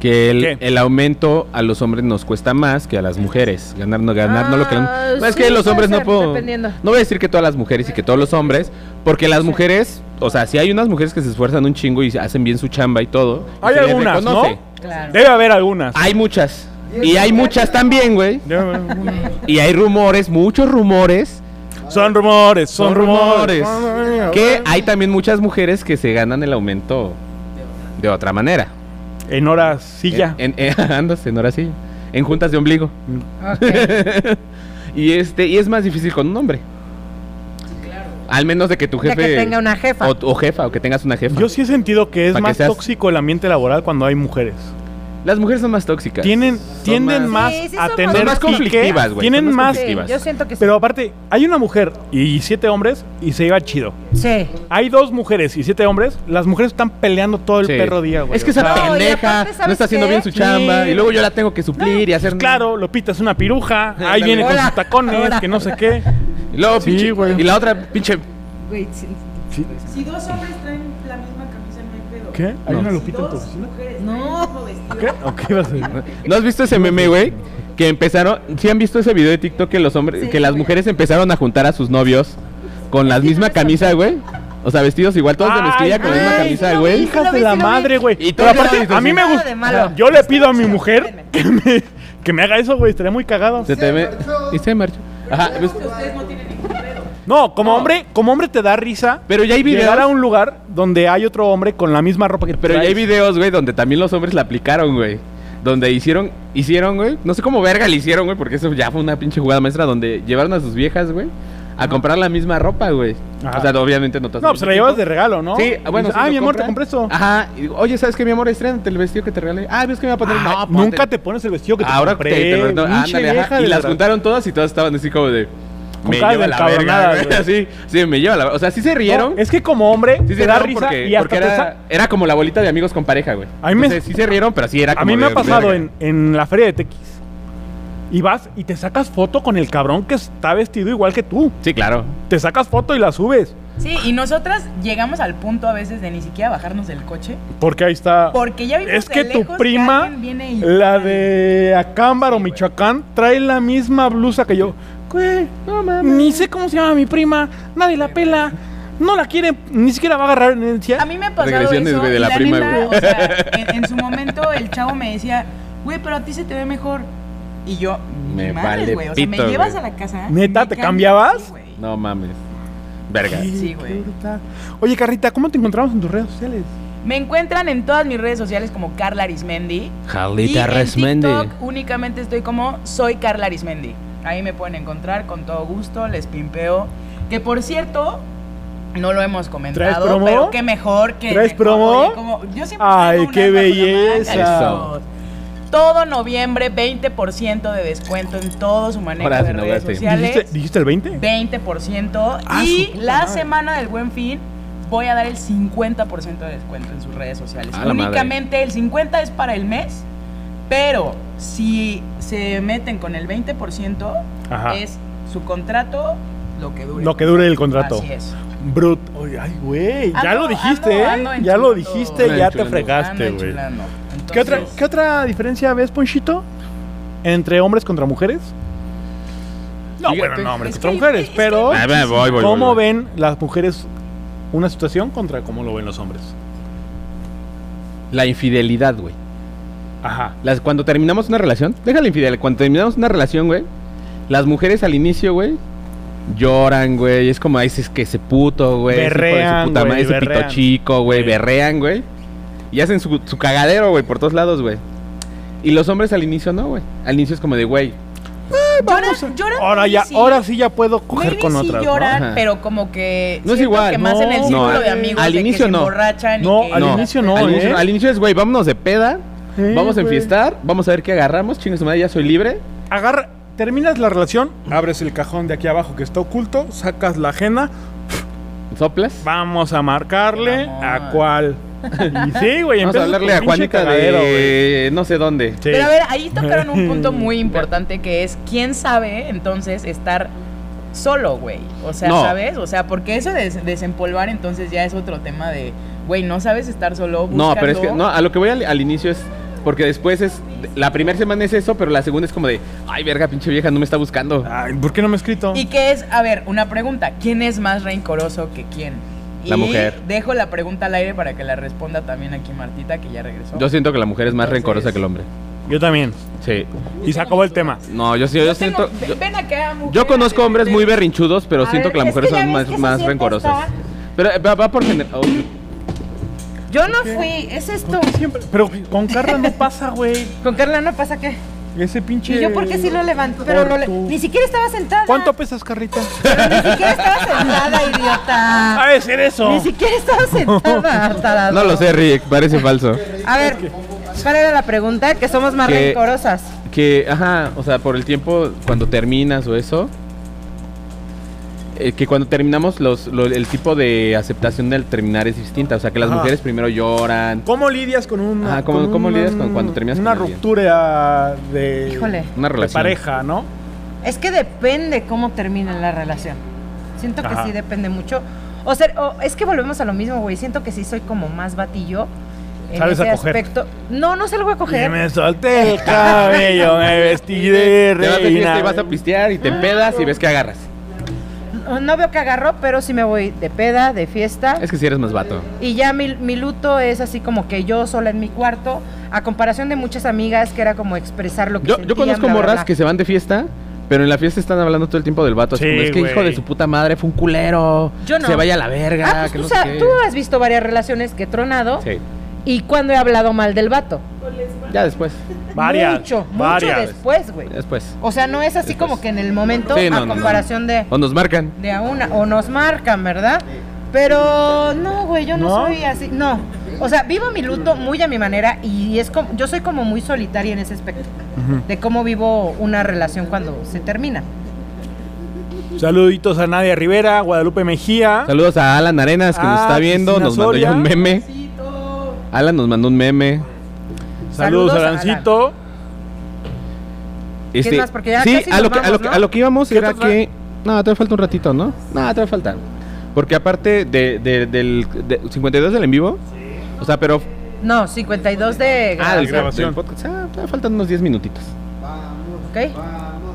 C: Que
B: ¿Qué?
C: el, el aumento a los hombres nos cuesta más que a las mujeres. Ganar, no ganar, no lo que...
D: Ah,
C: No, es
D: sí,
C: que los
D: puede
C: hombres no
D: ser,
C: puedo...
D: dependiendo.
C: No voy a decir que todas las mujeres y que todos los hombres, porque las mujeres, o sea, si hay unas mujeres que se esfuerzan un chingo y hacen bien su chamba y todo. y
B: Hay
C: se les
B: algunas, ¿no?
C: reconoce. Ah.
D: Claro.
B: Debe haber algunas.
C: Hay muchas. Y hay muchas también, güey.
B: Debe haber algunas.
C: Y hay rumores, muchos rumores,
B: Son rumores, son,
C: Son
B: rumores.
C: rumores. que hay también muchas mujeres que se ganan el aumento de otra manera.
B: En horas silla.
C: En, en- andas en hora sí. En juntas de ombligo.
D: Ok. pues,
C: Y este y es más difícil con un hombre. Al menos de que tu
D: Ya
C: jefe
D: que tenga una jefa.
C: o, o jefa o que tengas una jefa.
B: Yo sí he sentido que es
C: Pa' que
B: más
C: seas-
B: tóxico el ambiente laboral cuando hay mujeres.
C: Las mujeres son más tóxicas.
B: Tienen,
C: Son
B: tienden más,
D: Sí, sí
B: a
D: somos-
B: tener
D: Son más
B: pique,
C: conflictivas, güey,
B: Tienen
C: son más
B: más.
D: Sí,
C: conflictivas.
D: yo siento que sí.
B: Pero aparte, hay una mujer y siete hombres y se iba chido.
D: Sí.
B: Hay dos mujeres y siete hombres. Las mujeres están peleando todo el
C: Sí.
B: perro día, güey.
C: Es que
B: O sea,
C: esa
D: No, y
C: pendeja
D: aparte, ¿sabes
C: no está haciendo
D: qué?
C: bien su chamba
B: Sí.
C: y luego yo la tengo que suplir y hacer
B: pues
C: Ah,
B: Claro, Lopita es una piruja. Ahí
C: Ándale.
B: viene con
D: Hola.
B: sus tacones,
D: Hola.
B: que no sé qué.
C: Y luego
B: Sí,
C: pinche-
B: güey.
C: y la otra pinche
D: Güey, sí.
F: Si dos hombres traen la misma camisa, no hay pedo.
B: ¿Qué? ¿Hay
C: No.
B: una
F: Si
B: Lupita en tu
F: dos
B: oficina?
F: mujeres
D: No.
F: traen el mismo vestido,
B: ¿Qué? ¿O qué ibas a decir?
C: ¿No has visto ese meme, güey? Que empezaron, ¿sí han visto ese video de TikTok que los hombres, que las mujeres empezaron a juntar a sus novios con la misma camisa, güey? O sea, vestidos igual, todos de
B: Ay,
C: mezclilla con la misma
D: ay,
C: camisa,
D: sí lo
C: güey.
D: vi.
B: Hijas de
D: sí
B: la
D: lo vi.
B: madre, güey.
C: Y
B: Pero
C: todo
B: aparte,
C: eso,
B: a mí
C: sí.
B: me
D: Nada
B: gusta.
D: de malo.
B: Yo le pido a mi mujer que me, que me haga eso, güey. Estaría muy cagado.
C: Se te ve- Y se marchó. Ajá, pues-
F: ustedes no tienen ningún pedo.
B: No, como hombre, como hombre te da risa.
C: Pero ya hay
B: Llegar a
C: videos.
B: un lugar donde hay otro hombre con la misma ropa que tú
C: Pero ya hay
B: traes.
C: videos, güey, donde también los hombres la aplicaron, güey. Donde hicieron, hicieron, güey. No sé cómo verga le hicieron, güey, porque eso ya fue una pinche jugada maestra donde llevaron a sus viejas, güey, a comprar la misma ropa, güey.
B: Ajá.
C: O sea, obviamente no te
B: No, pues la llevas de regalo, ¿no?
C: Sí, bueno.
B: Dices,
C: sí
B: ah,
C: lo
B: mi amor,
C: compra.
B: te compré eso.
C: Ajá. y digo, Oye, ¿sabes qué, mi amor? Estrenate el vestido que te regalé. Ah, ves que me va a poner.
B: Ah,
C: ponte-
B: nunca te pones el vestido que te
C: Ahora
B: compré.
C: te, te lo- no,
B: pinche
C: ándale, ajá,
B: vieja
C: Y
B: de
C: las
B: la-
C: juntaron todas y todas estaban así como de.
B: Con
C: Me
B: cara de
C: lleva la verga,
B: encabronadas,
C: güey.
B: güey.
C: Así, sí, me lleva la. O sea, sí se rieron.
B: No, es que como hombre
C: Sí se
B: te da
C: rieron
B: risa
C: porque,
B: y hasta
C: porque
B: te
C: era,
B: sa-
C: era como la bolita de amigos con pareja, güey.
B: A mí me-
C: Entonces, sí se rieron, pero sí era como
B: A mí me
C: de
B: ha pasado
C: verga.
B: en, en la feria de Tequis. Y vas y te sacas foto con el cabrón que está vestido igual que tú.
C: Sí, claro.
B: Te sacas foto y la subes.
E: Sí, y nosotras llegamos al punto a veces de ni siquiera bajarnos del coche.
B: Porque ahí está.
E: Porque ya vimos
B: Es
E: de
B: que tu
E: lejos que
B: prima,
E: alguien viene y-
B: la de Acámbaro, Michoacán, trae la misma blusa que yo. Güey, no mames. Ni sé cómo se llama mi prima. Nadie la pela. No la quiere, ni siquiera va a agarrar en el cielo.
E: A mí me ha pasado
C: Regresiones,
E: eso.
C: güey, de
E: y
C: la prima,
E: neta,
C: güey.
E: o sea, en, en su momento el chavo me decía, güey, pero a ti se te ve mejor. Y yo,
C: Me
E: me
C: vale
E: vale, güey. O sea,
C: pito,
E: me llevas
C: güey.
E: a la casa.
B: ¿Neta?
E: me
B: ¿Te
E: cambio-
B: cambiabas?
E: Sí, güey.
C: No mames. Verga.
E: Sí, güey.
B: Oye, Carrita, ¿cómo te encontramos en tus redes sociales?
E: Me encuentran en todas mis redes sociales como Carla Arismendi. y
C: Jalita
E: en TikTok únicamente estoy como soy Carla Arismendi. Ahí me pueden encontrar con todo gusto, les pimpeo. Que por cierto, no lo hemos comentado,
B: ¿Traes promo?
E: pero qué mejor que
B: ¿Traes
E: mejor,
B: promo?
E: oye, como- yo siempre
B: Ay,
E: traigo una
B: qué
E: cosa
B: belleza.
E: más,
C: Eso.
E: Todo noviembre 20% de descuento en todo su manejo
C: Ahora sí,
E: de
C: no,
E: redes
C: ahora sí.
E: sociales.
B: ¿Dijiste, dijiste el 20?
E: 20%
B: Ah, su
E: y
B: puta
E: la
B: madre.
E: semana del Buen Fin voy a dar el 50% de descuento en sus redes sociales.
C: A la madre.
E: Únicamente el 50 es para el mes, pero si se meten con el 20%
B: Ajá.
E: es su contrato lo que dure.
B: Lo que dure el contrato.
E: Así es.
B: Brut. Oye, Ay, güey. Ya
E: Ando-
B: lo dijiste,
E: ando- ando
B: ¿eh? Ya lo
E: enchulando.
B: dijiste,
C: Ando
B: ya te
C: enchulando.
B: fregaste,
E: Ando
B: güey.
E: enchulando. Entonces,
B: ¿Qué otra, ¿Qué otra diferencia ves, Ponchito? ¿Entre hombres contra mujeres? No,
C: Fíjate.
B: bueno, no, hombres
E: Es
B: contra
E: que-
B: mujeres,
E: es que-
B: pero
C: Ah, va, voy, voy,
B: ¿cómo
C: voy, voy.
B: ven las mujeres una situación contra cómo lo ven los hombres?
C: La infidelidad, güey.
B: Ajá.
C: Las, cuando terminamos una relación, déjala infidelidad. Cuando terminamos una relación, güey, las mujeres al inicio, güey, lloran, güey. Es como, "Ay, es que ese puto, güey. ese hijo de su
B: Berrean,
C: puta
B: güey,
C: madre, ese pito
B: berrean.
C: chico, güey.
B: Güey.
C: Berrean, güey. Y hacen su, su cagadero, güey, por todos lados, güey. Y los hombres al inicio no, güey. Al inicio es como de, güey.
E: Lloran, lloran.
B: Ahora
E: maybe
B: ya,
E: sí.
B: ahora sí ya puedo coger
E: Maybe
B: con
E: sí
B: otras. ¿no?
E: lloran,
C: Ajá.
E: pero como que.
C: No es
E: siento
C: igual.
E: Que más en el
B: No,
E: círculo de
B: al-
E: amigos.
C: al
E: de que
C: inicio
E: se
C: no.
E: emborrachan y
B: No,
E: que-
B: Al inicio no,
C: Al
B: ¿eh?
C: inicio, al inicio es, güey, vámonos de peda.
B: Sí,
C: vamos a
B: güey.
C: enfiestar. Vamos a ver qué agarramos. Chingue su madre, ya soy libre.
B: Agarra, terminas la relación, abres el cajón de aquí abajo que está oculto, sacas la ajena,
C: Soplas.
B: vamos a marcarle
E: Qué mamón.
B: a cuál. Y sí, güey, empiezas
C: Vamos a hablarle
B: tu
C: a
B: pinche
C: Juanita
B: cagadero, güey.
C: de no sé dónde.
B: Sí.
E: Pero a ver, ahí tocaron un punto muy importante que es quién sabe entonces estar solo, güey. O sea,
C: No.
E: ¿sabes? O sea, porque eso de desempolvar entonces ya es otro tema de, güey, no sabes estar solo.
C: No, pero es que
E: búscalo.
C: no, a lo que voy al, al inicio es porque después es la primera semana es eso, pero la segunda es como de, ay, verga, pinche vieja, no me está buscando.
D: Ah.
B: Ay, ¿Por qué no me he escrito?
E: ¿Y qué es? A ver, una pregunta. ¿Quién es más rencoroso que quién?
C: La
E: Y
C: mujer.
E: Dejo la pregunta al aire para que la responda también aquí Martita, que ya regresó.
C: Yo siento que la mujer es más
E: Entonces-
C: rencorosa que el hombre.
B: Yo también.
C: Sí.
B: Y se acabó el tema.
C: No, yo sí, yo
E: Yo tengo-
C: siento
E: ven-
C: yo,
E: ven acá, mujer,
C: yo conozco
E: ven,
C: hombres
E: ven.
C: muy berrinchudos, pero
D: A
C: siento
D: ver,
C: que las
D: es que
C: mujeres
D: ya
C: son
D: ves
C: más,
D: que se
C: más
D: siente
C: rencorosas.
D: esta-
C: Pero eh, va, va por gener- oh,
D: Yo no fui, es esto.
B: Siempre, pero con Carla no pasa, güey.
D: Con Carla no pasa qué.
B: Ese pinche.
D: Y yo porque sí lo levanto, pero
B: por
D: no le-
B: tu-
D: ni siquiera estaba sentada.
B: ¿Cuánto pesas, Carlita?
D: Pero ni siquiera estaba sentada, idiota.
B: Ha de ser eso.
D: Ni siquiera estaba sentada, tarado.
C: No lo sé, Rick, parece falso.
D: A ver, ¿cuál era la pregunta? Que somos más
C: Que-
D: rencorosas.
C: Que, ajá, o sea, por el tiempo, cuando terminas o eso, eh, que cuando terminamos, los, lo- el tipo de aceptación del terminar es distinta. O sea, que las
B: Ajá.
C: mujeres primero lloran.
B: ¿Cómo lidias con una.
C: Ah, ¿cómo-
B: con
C: cómo
B: un-
C: lidias con- cuando terminas con
B: Una
C: alguien?
B: ruptura de.
D: Híjole.
C: Una
B: De
C: relación.
B: pareja, ¿no?
D: Es que depende cómo termina la relación. Siento que
B: Ajá.
D: sí depende mucho. O sea, o- es que volvemos a lo mismo, güey. Siento que sí soy como más batillo en
B: Sabes
D: ese
B: a coger.
D: aspecto. No, no salgo a
B: Y
D: coger.
B: me solté el cabello, me vestí de
C: Te vas de fiesta
B: reina.
C: y vas a pistear y te pedas y ves que agarras.
D: No- No veo que agarro, pero sí me voy de peda, de fiesta.
C: Es que si eres más vato.
D: Y ya mi, mi luto es así como que yo sola en mi cuarto, a comparación de muchas amigas que era como expresar lo que
C: Yo, yo
D: sentían,
C: conozco
D: bla, bla,
C: morras
D: bla.
C: que se van de fiesta, pero en la fiesta están hablando todo el tiempo del vato. así
B: Sí,
C: como, es que hijo
B: güey.
C: de su puta madre fue un culero.
D: Yo no.
C: Se vaya a la verga.
D: Ah, pues
C: que
D: tú,
C: no
D: sa-
C: sé qué".
D: tú has visto varias relaciones que he tronado
C: Sí,
D: y cuando he hablado mal del vato.
C: ya después.
B: Varias.
D: Mucho,
B: varias.
D: mucho después, güey.
C: ya Después.
D: O sea, no es así como que en el momento
C: Sí, no,
D: a
C: no, no.
D: comparación de,
C: O nos marcan.
D: de a una o nos marcan, ¿verdad? Pero no, güey, yo no,
B: ¿No?
D: soy así, no. O sea, vivo mi luto muy a mi manera y es como yo soy como muy solitaria en ese aspecto de cómo vivo una relación cuando se termina.
B: Saluditos a Nadia Rivera, Guadalupe Mejía.
C: Saludos a Alan Arenas que nos
B: Ah,
C: está viendo.
B: Cristina
C: Nos mandó ya
B: Soria.
C: un meme. Alan nos mandó un meme.
B: Saludos,
D: Saludos a
B: a Lancito.
C: Este,
D: más? Porque ya
C: sí,
D: casi
C: a
D: nos
C: lo, que, a, lo
D: vamos,
C: que,
D: ¿no?
C: a lo que íbamos
B: ¿Qué
C: era
B: otra?
C: que. No, te falta un ratito, ¿no? No, te falta. Porque aparte de, de- del de- 52 del en vivo. O sea, pero.
D: No, 52 de
C: Ah, del,
B: grabación.
C: del podcast. Ah, te faltan unos 10 minutitos.
D: ¿ok?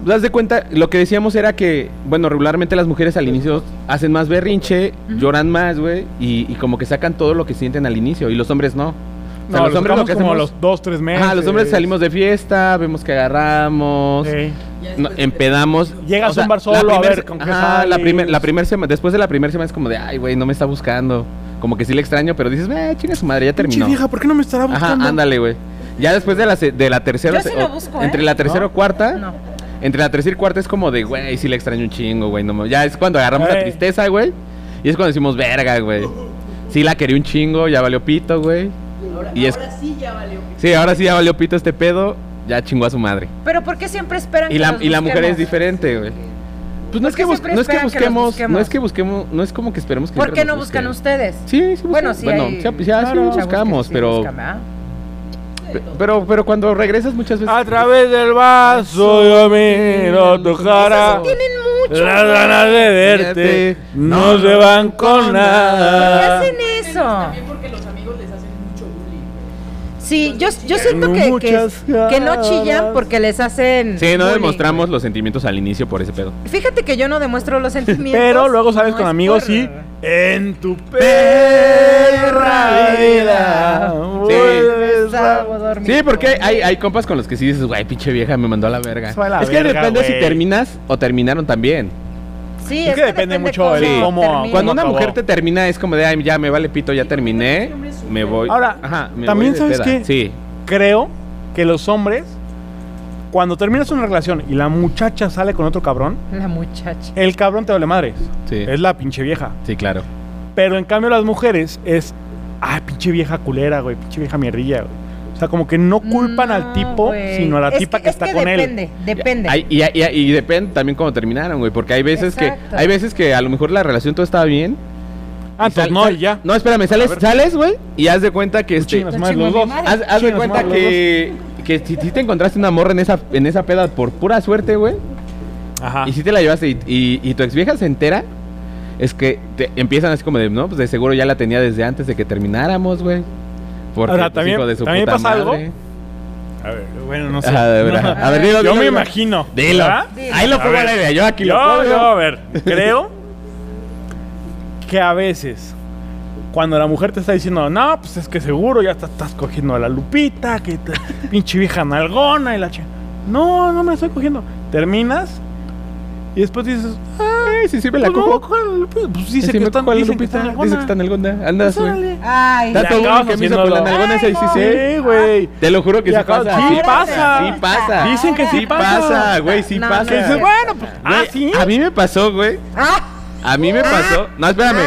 C: Das de cuenta, lo que decíamos era que, bueno, regularmente las mujeres al inicio hacen más berrinche, lloran más, güey, y, y como que sacan todo lo que sienten al inicio, y los hombres no. O sea,
B: No, los hombres como
C: hacemos-
B: los dos, tres meses.
C: Ah, los hombres salimos de fiesta, vemos que agarramos,
B: Sí.
C: no- empedamos.
B: Llegas a un bar solo,
C: la
B: a
C: primer-
B: ver con qué
C: ajá, la,
B: sales.
C: primer, la primer semana, después de la primera semana es como de, ay, güey, no me está buscando. Como que sí le extraño, pero dices, eh, chinga su madre, ya terminó.
B: Pinche vieja, ¿por qué no me estará
C: Ajá,
B: buscando?
C: ándale, güey. Ya después de la, se- de la tercera...
D: Yo sí
C: se-
D: lo
C: o-
D: busco, ¿eh?
C: Entre la tercera o cuarta...
D: No.
C: Entre la tercera y cuarta es como de, güey, sí le extraño un chingo, güey. No, mames. ya es cuando agarramos
B: Eh.
C: la tristeza, güey. Y es cuando decimos, verga, güey. Sí la quería un chingo, ya valió pito, güey. Y es... Ahora sí ya valió pito. Sí, ahora sí ya valió pito este pedo. Ya chingó a su madre.
D: Pero ¿por qué siempre esperan
C: Y
D: que
C: la,
D: los
C: y la mujer es
D: busquemos?
C: diferente, güey. Pues no es, que bus-
D: siempre
C: no es que
D: esperan que los
C: busquemos, no es
D: busquemos?
C: que busquemos, no es como que esperemos que
D: ¿Por
C: siempre
D: qué no
C: nos
D: buscan
C: busquen.
D: ustedes?
C: Sí, sí
D: Bueno,
C: buscamos.
D: sí
C: bueno,
D: hay-
C: sí, pues ya sí
D: Chavos que
C: buscamos,
D: sí
C: pero,
D: buscan, ¿verdad?
C: pero, pero cuando regresas muchas veces...
B: A través del vaso yo miro tu cara.
D: Tienen mucho.
B: Las ganas de verte no se van con
D: ¿Por qué
B: nada.
D: hacen eso?
E: También porque los amigos les hacen mucho bullying.
D: Sí, yo, yo siento que, que,
B: Muchas
D: que no chillan
B: ganas.
D: porque les hacen.
C: Sí, no
D: bullying.
C: demostramos los sentimientos al inicio por ese pedo.
D: Fíjate que yo no demuestro los sentimientos.
B: Pero luego sales
D: no
B: con
D: es
B: amigos
D: por-
B: y en tu perra vida.
C: Sí.
B: vuelves a-
D: Sábado dormido.
C: Sí, porque hay, hay compas con los que sí dices, güey, pinche vieja, me mandó a la verga.
B: Se fue a la
C: es que
B: verga,
C: depende si
B: güey.
C: terminas o terminaron también.
D: Sí,
B: Es que depende mucho
D: cómo
B: de
D: termine.
B: cómo-
C: Cuando una
B: acabó?
C: mujer te termina es como de, ay, ya me vale pito, ya terminé, me voy.
B: Ahora,
C: me
B: también
C: de
B: ¿sabes
C: peda.
B: qué?
C: Sí.
B: Creo que los hombres, cuando terminas una relación y la muchacha sale con otro cabrón,
D: La muchacha.
B: el cabrón te vale madres.
C: Sí.
B: Es la pinche vieja.
C: Sí, claro.
B: Pero en cambio las mujeres es, ay, pinche vieja culera, güey, pinche vieja mierrilla, güey. O sea, como que no culpan al
D: No,
B: tipo,
D: güey.
B: sino a la
D: Es
B: tipa que,
D: es
B: está con
D: depende,
B: él.
D: Depende,
C: Ay, y, y- y depende también cómo terminaron, güey, porque hay veces
D: Exacto.
C: que hay veces que a lo mejor la relación todo estaba bien.
B: Ah,
C: y sal-
B: entonces no,
C: sal-
B: y ya.
C: No, espérame, sales, sales, güey, y haz de cuenta que este
B: Chingas madre los dos.
C: haz, haz de
B: Chingas
C: cuenta
B: madre los
C: que que si, si te encontraste una morra en esa en esa peda por pura suerte, güey,
B: Ajá.
C: y si te la llevaste y, y- y tu exvieja se entera, es que te empiezan así como de, no, pues de seguro ya la tenía desde antes de que termináramos, güey. Porque
B: Ahora,
C: pues,
B: también-
C: hijo de su
B: también
C: puta
B: pasa algo.
C: madre.
B: A ver, bueno, no sé.
C: Ajá, de verdad. A ver, dilo,
B: Yo
C: dilo,
B: me
C: dilo.
B: imagino.
C: Dilo.
B: ¿verdad?
C: Ahí lo pongo
B: A
C: al
B: ver.
C: aire, yo aquí lo
B: Yo,
C: pongo.
B: yo, a ver, creo que a veces cuando la mujer te está diciendo, no, pues es que seguro ya te estás cogiendo a la lupita, que te- pinche vieja nalgona y la ch... No, no me la estoy cogiendo. Terminas y después dices,
C: Ay, si sirve
B: pues
C: la
B: no,
C: cojo.
B: cojo a la Lupita. Pues dice
C: Sí,
B: que
C: me
B: están,
C: cojo a la
B: dicen que
C: Lupita,
B: están Pues
C: dice que está en Algona. Andas, güey.
D: Ay,
C: Tanto
B: Y
C: bullying que me hizo con la
B: acabas
C: nalgona esa y sí, sí.
B: Sí, güey.
C: Te lo juro que
B: Y
C: sí
B: acabas-
C: pasa.
B: sí
C: Sí
B: pasa.
C: Sí pasa.
B: Dicen que sí
C: Sí pasa, güey, sí
D: No,
B: Que dices,
C: pasa.
B: bueno, pues, ah,
C: Güey,
B: sí.
C: A mí me pasó, güey.
D: ah,
C: A mí me pasó. No, espérame.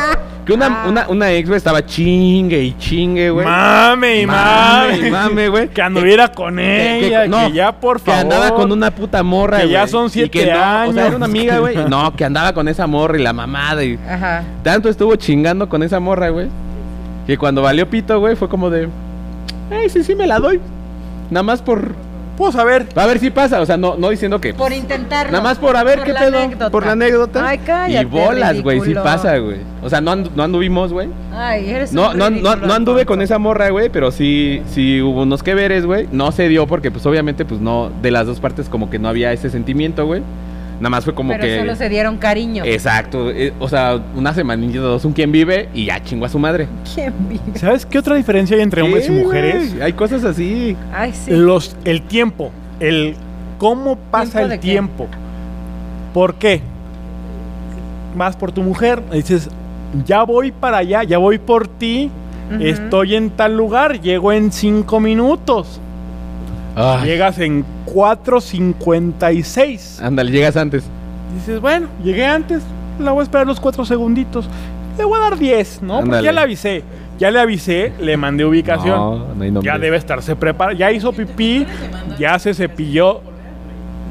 C: Que una, una, una ex, güey, estaba chingue y chingue, güey.
B: Mame y mame.
C: y mame, güey.
B: Que anduviera con
C: Que- que-
B: ella, que,
C: no,
B: ya por
C: Que
B: favor.
C: andaba con una puta morra,
B: Que
C: güey.
B: ya son
C: Y
B: siete
C: que no, O
B: años.
C: sea, era una amiga, güey. y No, que andaba con esa morra y la mamada. Y
D: ajá.
C: tanto estuvo chingando con esa morra, güey. Que cuando valió pito, güey, fue como de... Ay, sí, sí, me la doy. Nada más por...
B: Pues a ver.
C: A ver si pasa. O sea, no, no diciendo que...
D: Por intentarlo.
C: Nada más por a ver qué
D: la
C: pedo.
D: anécdota.
C: Por la anécdota.
D: Ay, cállate.
C: Y bolas, güey. Sí
D: ridículo.
C: pasa, güey. O sea, no, andu- no anduvimos, güey.
D: Ay, eres
C: No,
D: un
C: no, no,
D: ridículo,
C: no anduve con
D: Alfonso.
C: esa morra, güey, pero sí, sí hubo unos que veres, güey. No se dio porque, pues, obviamente, pues, no, de las dos partes como que no había ese sentimiento, güey. Nada más fue como
D: Pero
C: que...
D: solo se dieron cariño.
C: Exacto. eh, o sea, una semanilla, dos, un quien vive y ya chingó a su madre.
D: ¿Quién vive?
B: ¿Sabes qué otra diferencia hay entre hombres y
C: Sí,
B: mujeres?
C: güey, Hay cosas así.
D: Ay, sí.
B: Los, el tiempo. El cómo pasa
D: ¿Tiempo de
B: el
D: qué?
B: tiempo. ¿Por qué? Vas por tu mujer, y dices, ya voy para allá, ya voy por ti,
D: Ujú.
B: estoy en tal lugar, llego en cinco minutos.
C: Ay,
B: Llegas en 4.56.
C: Ándale, llegas antes.
B: Dices, bueno, llegué antes, la voy a esperar los cuatro segunditos. Le voy a dar 10, ¿no? Porque
C: Ándale.
B: ya le avisé. Ya le avisé, le mandé ubicación.
C: No, no hay nombre.
B: ya debe estarse preparado. Ya hizo pipí, ya se cepilló.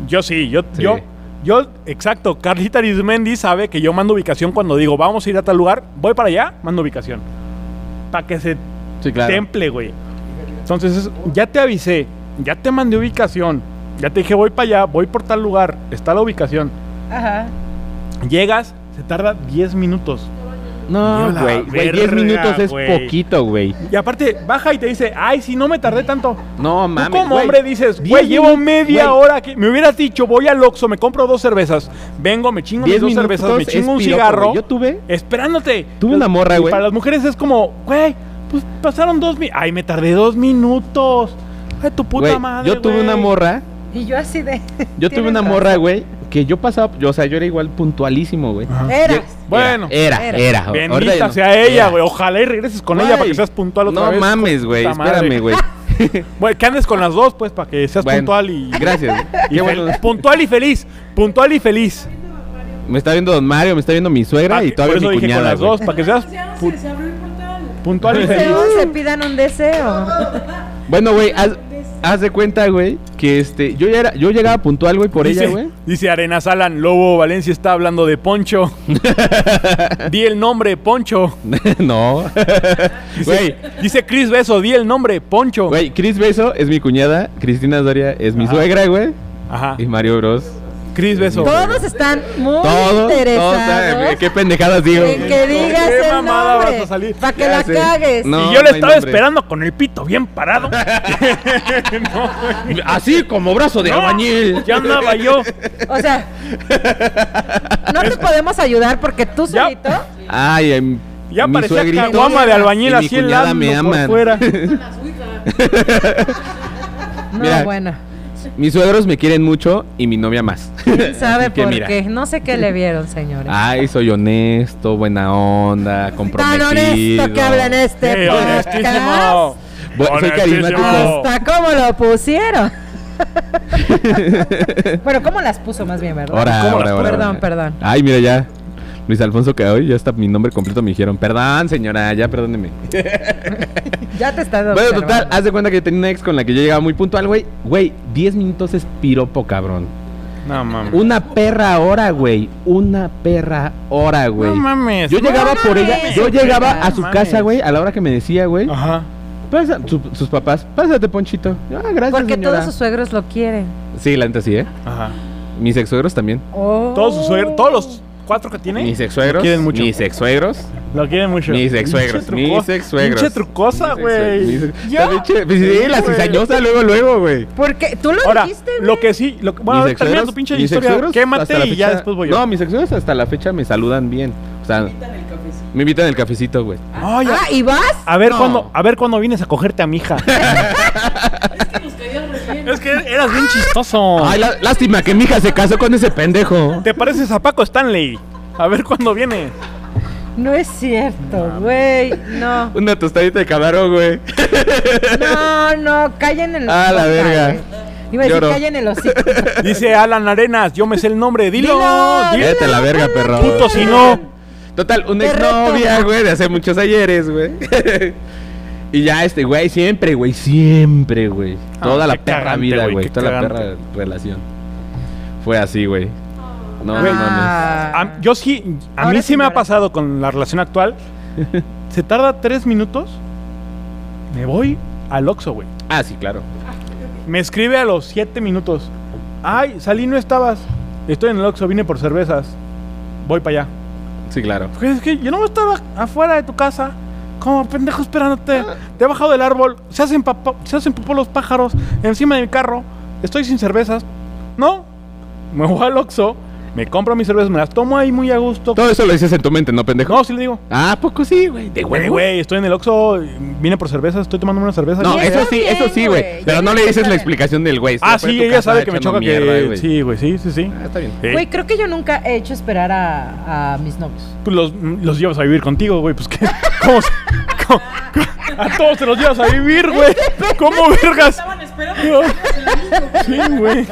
B: Yo sí, yo,
C: Sí.
B: yo, yo, exacto. Carlita Arismendi sabe que yo mando ubicación cuando digo, vamos a ir a tal lugar, voy para allá, mando ubicación. Para que se
C: Sí, claro.
B: temple, güey. Entonces, es- ya te avisé, ya te mandé ubicación, ya te dije, voy para allá, voy por tal lugar, está la ubicación.
D: Ajá.
B: Llegas, se tarda 10 minutos.
C: No,
B: Yo la
C: güey. güey, Diez
B: verga,
C: minutos es
B: güey.
C: poquito, güey.
B: Y aparte, baja y te dice, ay, si no me tardé tanto.
C: No, mames.
B: Tú como
C: güey.
B: hombre dices,
C: Diez
B: güey, llevo
C: minu-
B: media
C: güey,
B: hora aquí. Me hubieras dicho, voy al Oxxo, me compro dos cervezas. Vengo, me chingo mis
C: Diez
B: dos
C: minutos
B: cervezas, me
C: es
B: chingo un
C: piropo,
B: cigarro.
C: güey. Yo tuve...
B: Esperándote.
C: Tuve una morra,
B: Y
C: güey.
B: Para las mujeres es como, güey, pues pasaron dos minutos. Ay, me tardé dos minutos. Ay, tu puta
C: Güey,
B: madre.
C: Yo tuve
B: güey.
C: una morra.
D: Y yo así de.
C: Yo tuve
D: Tienes
C: una
D: razón.
C: morra, güey. Que yo pasaba. yo, o sea, yo era igual puntualísimo, güey.
B: Ajá.
D: Eras.
C: Yo-
B: Bueno.
C: Era, era.
D: Era.
C: era. Ahorita
B: Bendita
C: ya no.
B: sea ella,
C: Era.
B: güey. Ojalá y regreses con ella para que
C: Güey,
B: seas puntual otra
C: no
B: vez.
C: mames, güey.
B: puta madre.
C: Espérame, güey.
B: Bueno, que andes con las dos, pues, para que seas
C: Bueno,
B: puntual y.
C: Gracias. güey.
B: y
C: Qué
B: fel-
C: bueno.
B: Puntual y feliz. Puntual y feliz.
C: Me está viendo Don Mario, me está viendo mi
B: Pa'
C: suegra
B: Ah, que-
C: y todavía
B: por eso
C: mi
B: dije con
C: cuñada.
B: las dos,
C: güey.
B: para que seas
F: Ya
B: pu-
F: se, se abrió el portal.
B: puntual y
D: Se
B: feliz.
D: once, pidan un deseo.
C: Bueno, güey, haz, haz de cuenta, güey, que este, yo ya era, yo llegaba puntual, güey, por
B: dice,
C: ella, güey.
B: Dice Arenas Alan, Lobo Valencia está hablando de Poncho. di el nombre, Poncho.
C: no. Güey,
B: Dice Chris Beso, di el nombre, Poncho.
C: güey, Cris Beso es mi cuñada, Cristina Doria es mi
B: Ajá.
C: suegra, güey,
B: Ajá.
C: y Mario Bros.
B: Chris Beso.
D: Todos están muy
C: Todos, todos,
D: interesados.
C: saben, eh, qué pendejadas digo.
D: en que digas
B: ¿Qué
D: el
B: mamada vas
D: nombre.
B: a salir?
D: Para que
C: Ya
D: la
C: sé.
D: cagues.
C: No.
B: y yo le
C: hay
B: estaba
C: nombre.
B: esperando con el pito bien parado.
C: Así como brazo de
B: No,
C: albañil. Este,
B: Ya andaba yo.
D: O sea, no te podemos ayudar porque tú
B: Ya.
D: solito.
C: Ay, em,
B: Ya
C: mi
B: parecía
C: suegrito
B: caguama de albañil
C: y mi
B: así
C: cuñada
B: helando
C: me
B: por
C: aman.
B: fuera.
D: No,
C: Mira.
D: bueno.
C: Mis suegros me quieren mucho y mi novia más.
D: ¿Quién sabe
C: Así que
D: por
C: mira. Ah,
D: qué? No sé qué le vieron, señores.
C: Ay, soy honesto, buena onda,
D: Tan
C: comprometido.
D: honesto que hablan este
B: Sí, Eh, honestísimo.
D: podcast.
C: Bu- soy carismático.
B: Honestísimo.
D: Hasta cómo lo pusieron. bueno, ¿cómo las puso más bien, verdad?
C: Ahora,
B: ¿Cómo
C: ahora,
B: las
C: ahora,
D: perdón,
C: ahora.
D: perdón.
C: Ay, mira ya. Luis Alfonso que hoy ya está mi nombre completo me dijeron. Perdón, señora, ya perdóneme.
D: Ya te estás
C: Bueno,
D: observando.
C: total, haz de cuenta que tenía una ex con la que yo llegaba muy puntual, güey. Güey, 10 minutos es piropo, cabrón.
B: No mames.
C: Una perra hora, güey. Una perra hora, güey.
B: No mames.
C: Yo
B: No
C: llegaba por ella,
D: mames.
C: yo llegaba a
D: No
C: su
B: mames.
C: casa, güey, a la hora que me decía, güey.
B: Ajá.
C: Pasa- su- sus papás, pásate, Ponchito. Ah, gracias,
D: Porque
C: señora.
D: todos sus suegros lo quieren.
C: Sí, la neta sí, ¿eh?
B: Ajá.
C: Mis ex-suegros también.
D: Oh.
B: Todos sus suegros, todos los cuatro que tiene.
C: Mis ex-suegros.
B: Lo ¿Eh? quieren mucho.
C: Mis ex-suegros.
B: Lo quieren mucho.
C: Mis ex-suegros.
B: Pinche truco-
C: Mis ex-suegros.
B: Pinche trucosa,
C: Mis ex-suegros, mis
B: güey.
C: ex- La pinche- pues sí, la
B: güey.
C: cizañosa luego, luego, güey.
D: Porque tú lo
B: Ahora,
D: dijiste, güey.
B: lo que sí, lo que, bueno, a
C: Mis
B: ver, termina
C: ex-suegros-
B: tu pinche
C: mis
B: historia,
C: ex-suegros hasta la
B: quémate y ya
C: fecha-
B: después voy
C: No,
B: yo.
C: mis ex-suegros hasta la fecha me saludan bien. O sea,
F: Quitan el cafecito.
C: me invitan el cafecito, güey.
B: Ay,
D: Ah, ¿y vas?
B: a ver
C: no.
B: cuándo, a ver cuándo vienes a cogerte a mi hija.
F: Es que nos caías re bien.
B: es que eras bien chistoso.
C: Ay, lá- lástima que mi hija se casó con ese pendejo.
B: Ah. Te pareces a Paco Stanley. A ver cuándo viene.
D: No es cierto, güey. No.
C: Una tostadita de camarón, güey.
D: No, no, callen en el
C: Ah, la verga.
D: Iba a decir,
C: Lloro.
D: callen el hocico.
B: Dice Alan Arenas, yo me sé el nombre, dilo.
D: Dilo,
B: dilo.
C: Vete a la verga, perro.
B: Puto si no.
C: Total, una
D: Te reto.
C: exnovia, güey, de hace muchos ayeres, güey. y ya este, güey, siempre, güey, siempre, güey.
B: Ah,
C: Toda la
B: qué
C: perra
B: cagante,
C: vida,
B: güey,
C: güey.
B: qué
C: Toda la
B: cagante.
C: perra relación. Fue así, güey. No, no mames.
D: Ah.
B: A- yo sí, a
D: Ahora,
B: mí sí me ha
D: señora.
B: pasado con la relación actual. Se tarda tres minutos, me voy al Oxxo, güey.
C: Ah, sí, claro.
B: Me escribe a los siete minutos. Ay, salí, no estabas. Estoy en el Oxxo, vine por cervezas. Voy para allá.
C: Sí, claro.
B: Pues Es que yo no estaba afuera de tu casa. Como pendejo esperándote. Te he bajado del árbol. Se hacen, papo- se hacen popó los pájaros encima de mi carro. Estoy sin cervezas. No. Me voy al Oxxo. Me compro mis cervezas. Me las tomo ahí muy a gusto.
C: Todo eso lo dices en tu mente, ¿no, pendejo?
B: No, sí le digo.
C: Ah, ¿a poco sí, güey. De
B: Güey,
C: huevo.
B: güey, estoy en el Oxxo, vine por cerveza, estoy tomando una cerveza.
C: No,
D: Y
B: Y-
D: eso
C: eso sí,
D: bien,
C: eso sí,
D: güey.
C: güey. Pero
D: Ya
C: no le
D: no
C: dices la
D: saben.
C: explicación del güey.
B: Ah,
C: Se fue
B: sí,
C: a tu
B: ella
C: casa
B: sabe que me choca
C: echando mierda,
B: que...
C: güey.
B: Sí, güey, sí, sí, sí. Eh,
C: Ah, está bien.
D: Güey, creo que yo nunca he hecho esperar a, a mis novios.
B: Pues los, los llevas a vivir contigo, güey, pues qué... ¿Cómo se- cómo- cómo- A todos se los llevas a vivir, güey.
D: Este
B: ¿Cómo vergas?
F: Estaban esperando.
B: Sí, güey.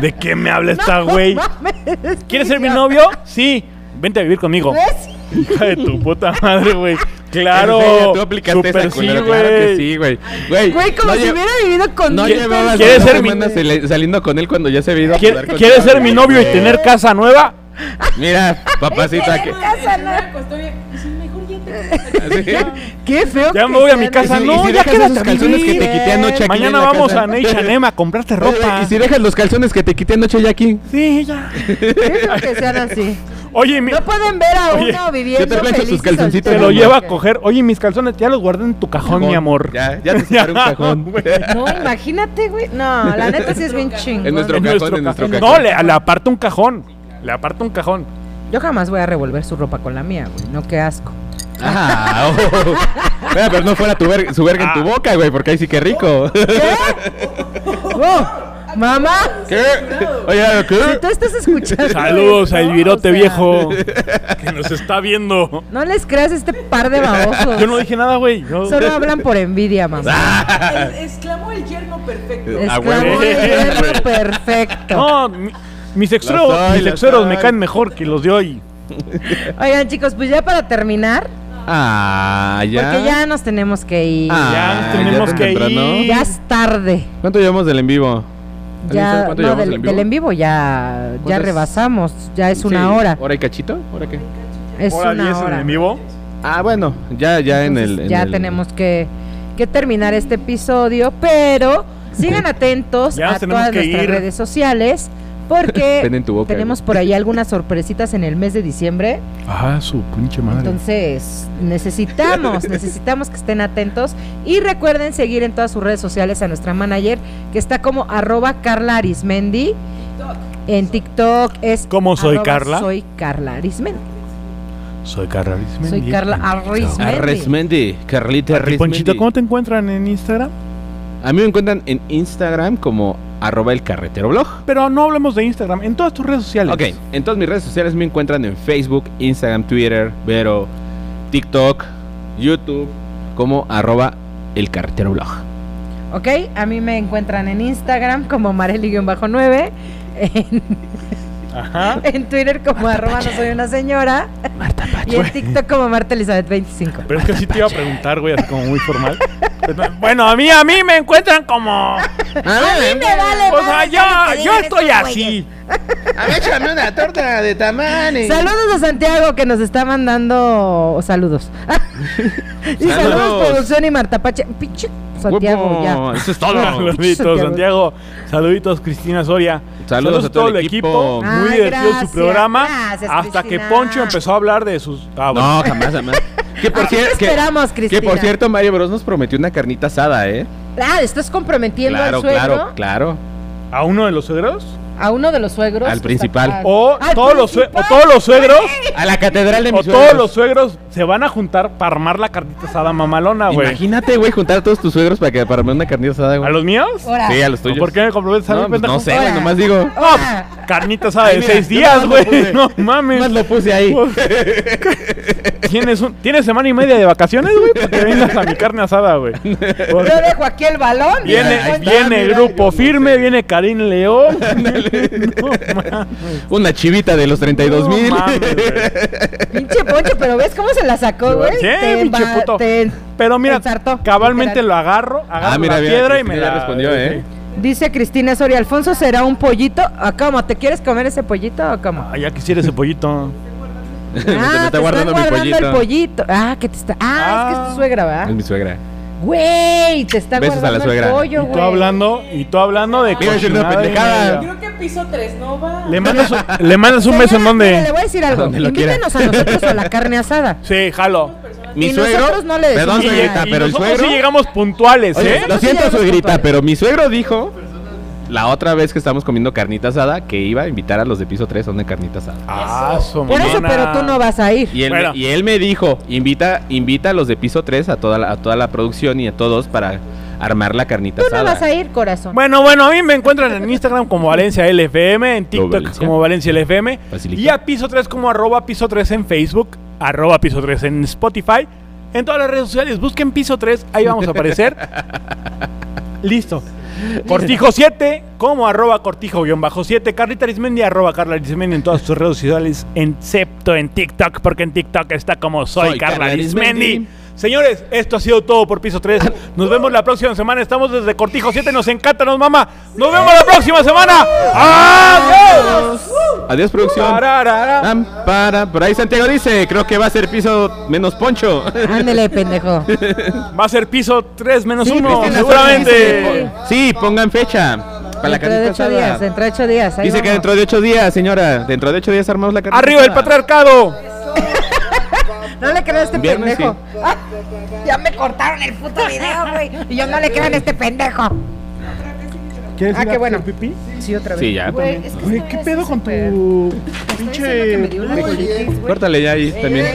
B: ¿De qué me habla esta güey?
D: Mames.
B: ¿Quieres ser mi novio? Sí. Vente a vivir conmigo.
D: ¿Ves?
B: Hija de tu puta madre, güey. Claro.
C: En serio, tú aplicaste
B: Súper
C: esa culera,
B: sí,
C: claro que
B: güey.
C: sí, güey. Güey,
D: Güey, como
C: no
D: si
C: lle-
D: hubiera vivido con
C: No
D: mil
C: llevabas
D: personas.
B: ¿Quieres
C: dos
B: ser mi-
C: semanas sali- saliendo con él cuando ya se había ido a
B: ¿Quiere-
C: jugar con
B: ¿Quieres
C: tu
B: ser
C: novia?
B: mi novio y tener casa nueva?
C: Mira, papacita que...
D: casa, ¿no?
F: Mejor ya te
D: Qué feo.
B: Ya
D: que
B: me voy a
D: sean.
B: mi casa.
C: Y si- y
B: no, ya
C: si dejas
B: quédate
C: esos
B: a
C: calzones
B: vivir.
C: que te quité anoche aquí
B: Mañana
C: en la
B: vamos
C: casa.
B: a H&M a comprarte ropa.
C: Y si dejas los calzones que te quité anoche ya aquí.
B: Sí, ya.
D: Qué feo que sean así.
B: Oye, mi-
D: No pueden ver a
B: Oye,
D: uno viviendo
C: yo te plancho
D: feliz
C: sus
D: y
C: calzoncitos,
B: se
D: soltero.
B: lo
C: mi
B: lleva a coger. Oye, mis calzones ya los guardé en tu cajón, mi amor.
C: Ya, ya te separé un cajón.
B: güey.
D: No, imagínate, güey. No, la neta sí es bien
C: En
D: chingón.
C: nuestro
B: En
C: cajón,
B: nuestro
C: en nuestro
B: cajón.
C: cajón.
B: No, le, le aparta un cajón. Le aparta un cajón.
D: Yo jamás voy a revolver su ropa con la mía, güey. No, qué asco.
C: Ah, oh. Mira, pero no fuera tu verga- su verga
B: Ah.
C: en tu boca, güey, porque ahí sí que rico.
D: ¡Oh! ¡Mamá!
C: ¿Qué? Oye,
D: Si
C: ¿qué?
D: tú estás escuchando.
B: Saludos
D: esto,
B: al virote
D: o sea,
B: viejo que nos está viendo.
D: No les creas a este par de babosos.
B: Yo no dije nada, güey. No.
D: Solo hablan por envidia, mamá.
C: Ah,
F: Exclamó el yerno perfecto.
D: Es
C: huevo.
D: perfecto.
B: No, mi- mis
C: Las
B: exueros,
C: doy,
B: mis
C: las
B: exueros me
C: doy.
B: caen mejor que los de hoy.
D: Oigan, chicos, pues ya para terminar,
C: Ah, ya.
D: porque ya nos tenemos que ir.
C: Ah,
B: Ya
C: ya
B: tenemos
C: tan
B: que
C: temprano.
B: ir.
D: Ya es tarde.
C: ¿Cuánto llevamos del en vivo?
D: Ya,
C: ¿Cuánto
D: no,
C: llevamos
D: del,
C: del en vivo?
D: del en vivo ya, ya
C: ¿Cuántas?
D: rebasamos. Ya es una
C: Sí,
D: hora.
C: ¿Hora y cachito? ¿Hora qué?
D: Es
B: Hora
D: una
B: 10 en
D: hora.
B: el en vivo.
C: Ah, bueno, ya, ya en
D: Entonces,
C: el. en
D: ya
C: el-
D: tenemos que, que terminar este episodio, pero sigan atentos
B: Ya nos
D: a
B: tenemos
D: todas
B: que
D: nuestras
B: ir.
D: redes sociales porque
C: Pen en tu boca,
D: tenemos por ahí algunas sorpresitas en el mes de diciembre.
B: Ah, su pinche
D: Entonces, necesitamos, necesitamos que estén atentos y recuerden seguir en todas sus redes sociales a nuestra manager que está como arroba Carla Arismendi. En TikTok es
B: ¿Cómo soy
D: arroba
B: Carla?
D: Soy Carla Arismendi.
B: Soy Carla Arismendi.
D: Soy Carla Arismendi.
C: Arresmendi, Carlita
B: Ah, Ponchito,
C: Arresmendi.
B: ¿cómo te encuentran en Instagram?
C: A mí me encuentran en Instagram como arroba el carretero blog.
B: Pero no hablemos de Instagram, en todas tus redes sociales.
C: Ok, en todas mis redes sociales me encuentran en Facebook, Instagram, Twitter, Vero, TikTok, YouTube, como arroba el carretero blog.
D: ¿Ok? A mí me encuentran en Instagram como Mareli-9. En,
B: Ajá.
D: en Twitter como arroba no soy una señora. y en TikTok como Marta Elizabeth 25.
B: Pero es que sí te iba a preguntar, güey, así como muy formal. Bueno, a mí, a mí me encuentran como. O
D: me vale
B: eh, sea,
D: madre lo
B: yo,
D: que
B: yo
D: digan
B: estoy
D: estos
B: así.
C: échame una torta de tamales.
D: Saludos a Santiago que nos está mandando saludos. y saludos,
C: Saludos.
D: producción y Marta Pache. Pinche Santiago, ya.
C: Eso es
D: Claro.
C: todo.
B: Saluditos, Santiago. Saluditos, Cristina Soria.
C: Saludos a todo el equipo.
D: Ay,
B: Muy divertido
D: gracias,
B: su programa.
D: gracias,
B: hasta
D: Cristina.
B: que Poncho empezó a hablar de sus. Ah, bueno.
C: No, jamás, jamás. Que por,
D: Aquí
C: cier-
D: te
C: que-
D: esperamos,
C: que,
D: Cristina.
C: por cierto, Mario Bros nos prometió una carnita asada, ¿eh?
D: Ah, estás comprometiendo
C: Claro,
D: al suegro,
C: claro, claro.
B: ¿A uno de los suegros?
D: a uno de los suegros.
C: Al
D: Está-
C: principal.
D: ah,
B: O,
D: al
B: todos los, sue-
D: principal.
B: o todos los suegros.
C: A la catedral de
B: O
C: mis
B: todos los
C: suegros.
B: suegros se van a juntar para armar la carnita asada mamalona, güey.
C: Imagínate, güey, juntar a todos tus suegros para que para armar una carnita asada,
B: ¿A
C: güey.
B: los míos?
D: Ahora.
C: Sí, a los tuyos.
B: ¿Por qué me comprometes a mí,
C: No, pues,
B: pendejo?
C: no sé, güey,
D: Ahora.
C: nomás digo.
B: No,
D: Ahora.
B: pues, carnita asada de
C: Ay, mira,
B: seis
C: yo
B: días,
C: nomás lo
B: güey.
C: puse.
B: No mames.
C: Nomás lo puse ahí.
B: ¿Tienes, un- ¿Tienes semana y media de vacaciones, güey? Para que vengas a mi carne asada, güey. Porque
D: Yo dejo aquí el balón. y
B: Viene,
D: me voy.
C: está,
B: viene el
C: mira, yo
B: grupo
C: no
B: firme,
C: sé.
B: viene Karim León. No mames.
C: Una chivita de los 32
B: No
C: mil.
B: mames, güey.
D: Pinche Poncho, pero ves cómo se la sacó, güey.
B: Sí,
D: Te
C: Este
B: pinche
D: emba-
B: puto.
D: te-
B: Pero mira,
D: ensartó,
B: cabalmente
D: literal.
B: lo agarro, agarro
C: Ah, mira,
B: la
C: mira,
B: piedra y
C: Cristina
B: me
C: ya
B: la
C: respondió, ¿eh?
D: Ah, Dice Cristina Soria, Alfonso, ¿será un pollito? ¿O cómo? ¿Te quieres comer ese pollito o cómo?
B: Ah, ya quisiera ese pollito.
C: Me está- me
D: Ah,
C: está
D: te
C: guardando mi
D: están guardando el
C: pollito.
D: pollito. Ah, que te está. Ah, es que es
B: Ah.
D: tu suegra, ¿verdad?
C: Es mi suegra.
D: Güey, te está
C: Besos a la
D: guardando el
C: suegra.
D: pollo,
B: Y
D: güey.
B: tú hablando, y tú hablando de
C: Iba a decir una
B: cochinada y
C: pendejada.
B: media.
F: Creo que piso 3 no va.
B: Le mandas, un- le mandas un
D: Señora,
B: beso en
D: mire, Le
B: donde.
D: voy a decir algo.
C: donde lo quiera.
D: Invítenos a nosotros a la carne asada.
B: Sí, jalo.
D: Y nosotros no le
C: Perdón,
D: decimos
B: Y,
C: suegrita,
B: y
C: pero el
B: nosotros
C: suegro.
B: sí llegamos puntuales,
C: Oye,
B: ¿eh?
D: nosotros
C: lo
D: sí
C: siento,
D: llegamos
C: suegrita,
D: puntuales.
C: pero mi suegro dijo la otra vez que estamos comiendo carnita asada que iba a invitar a los de piso 3 a una carnita asada.
B: Ah, su
D: Por eso,
B: mamona.
D: pero tú no vas a ir.
C: Y él,
B: Bueno.
C: me, y él me dijo, invita, invita a los de piso 3 a toda la, a toda la producción y a todos para armar la carnita
D: Tú no
C: asada.
D: vas a ir, corazón.
B: Bueno, bueno, a mí me encuentran en Instagram como Valencia LFM, en TikTok
C: Valencia.
B: como Valencia LFM
C: Facilita.
B: y a Piso 3 como arroba Piso 3 en Facebook, arroba Piso 3 en Spotify, en todas las redes sociales, busquen Piso 3, ahí vamos a aparecer. Listo. Cortijo 7 como arroba cortijo-7, Carlita Arismendi arroba Carla Arismendi en todas sus redes sociales, excepto en TikTok, porque en TikTok está como soy,
C: Soy
B: Carla
C: Carla
B: Arismendi.
C: Arismendi.
B: Señores, esto ha sido todo por Piso 3. Nos vemos la próxima semana. Estamos desde Cortijo 7. Nos encanta, nos mama. Nos vemos la próxima semana. ¡Adiós!
C: Adiós, producción.
B: Tararara.
C: Pam, para, por ahí Santiago dice, creo que va a ser piso menos poncho.
D: Ándele, pendejo.
B: Va a ser piso 3 menos
D: Sí,
B: 1,
D: Cristina,
B: seguramente.
C: Sí, pongan fecha. Para la
D: Dentro de
C: carnita
D: ocho
C: asada.
D: días, dentro de ocho días. ahí
C: Dice que
D: vamos.
C: dentro de ocho días, señora. Dentro de ocho días armamos la carnita
B: Arriba el
C: asada.
B: patriarcado.
D: No le creo a este
C: Viernes,
D: pendejo.
C: sí.
D: Ah, ya me cortaron el puto video, güey. Y yo no le creo a este pendejo. Ah, qué bueno. Sí, otra vez.
C: Sí, ya.
D: Güey, es que estoy así súper-
B: tu
D: estoy diciendo que me dio una colitis, güey.
C: Córtale ya ahí también.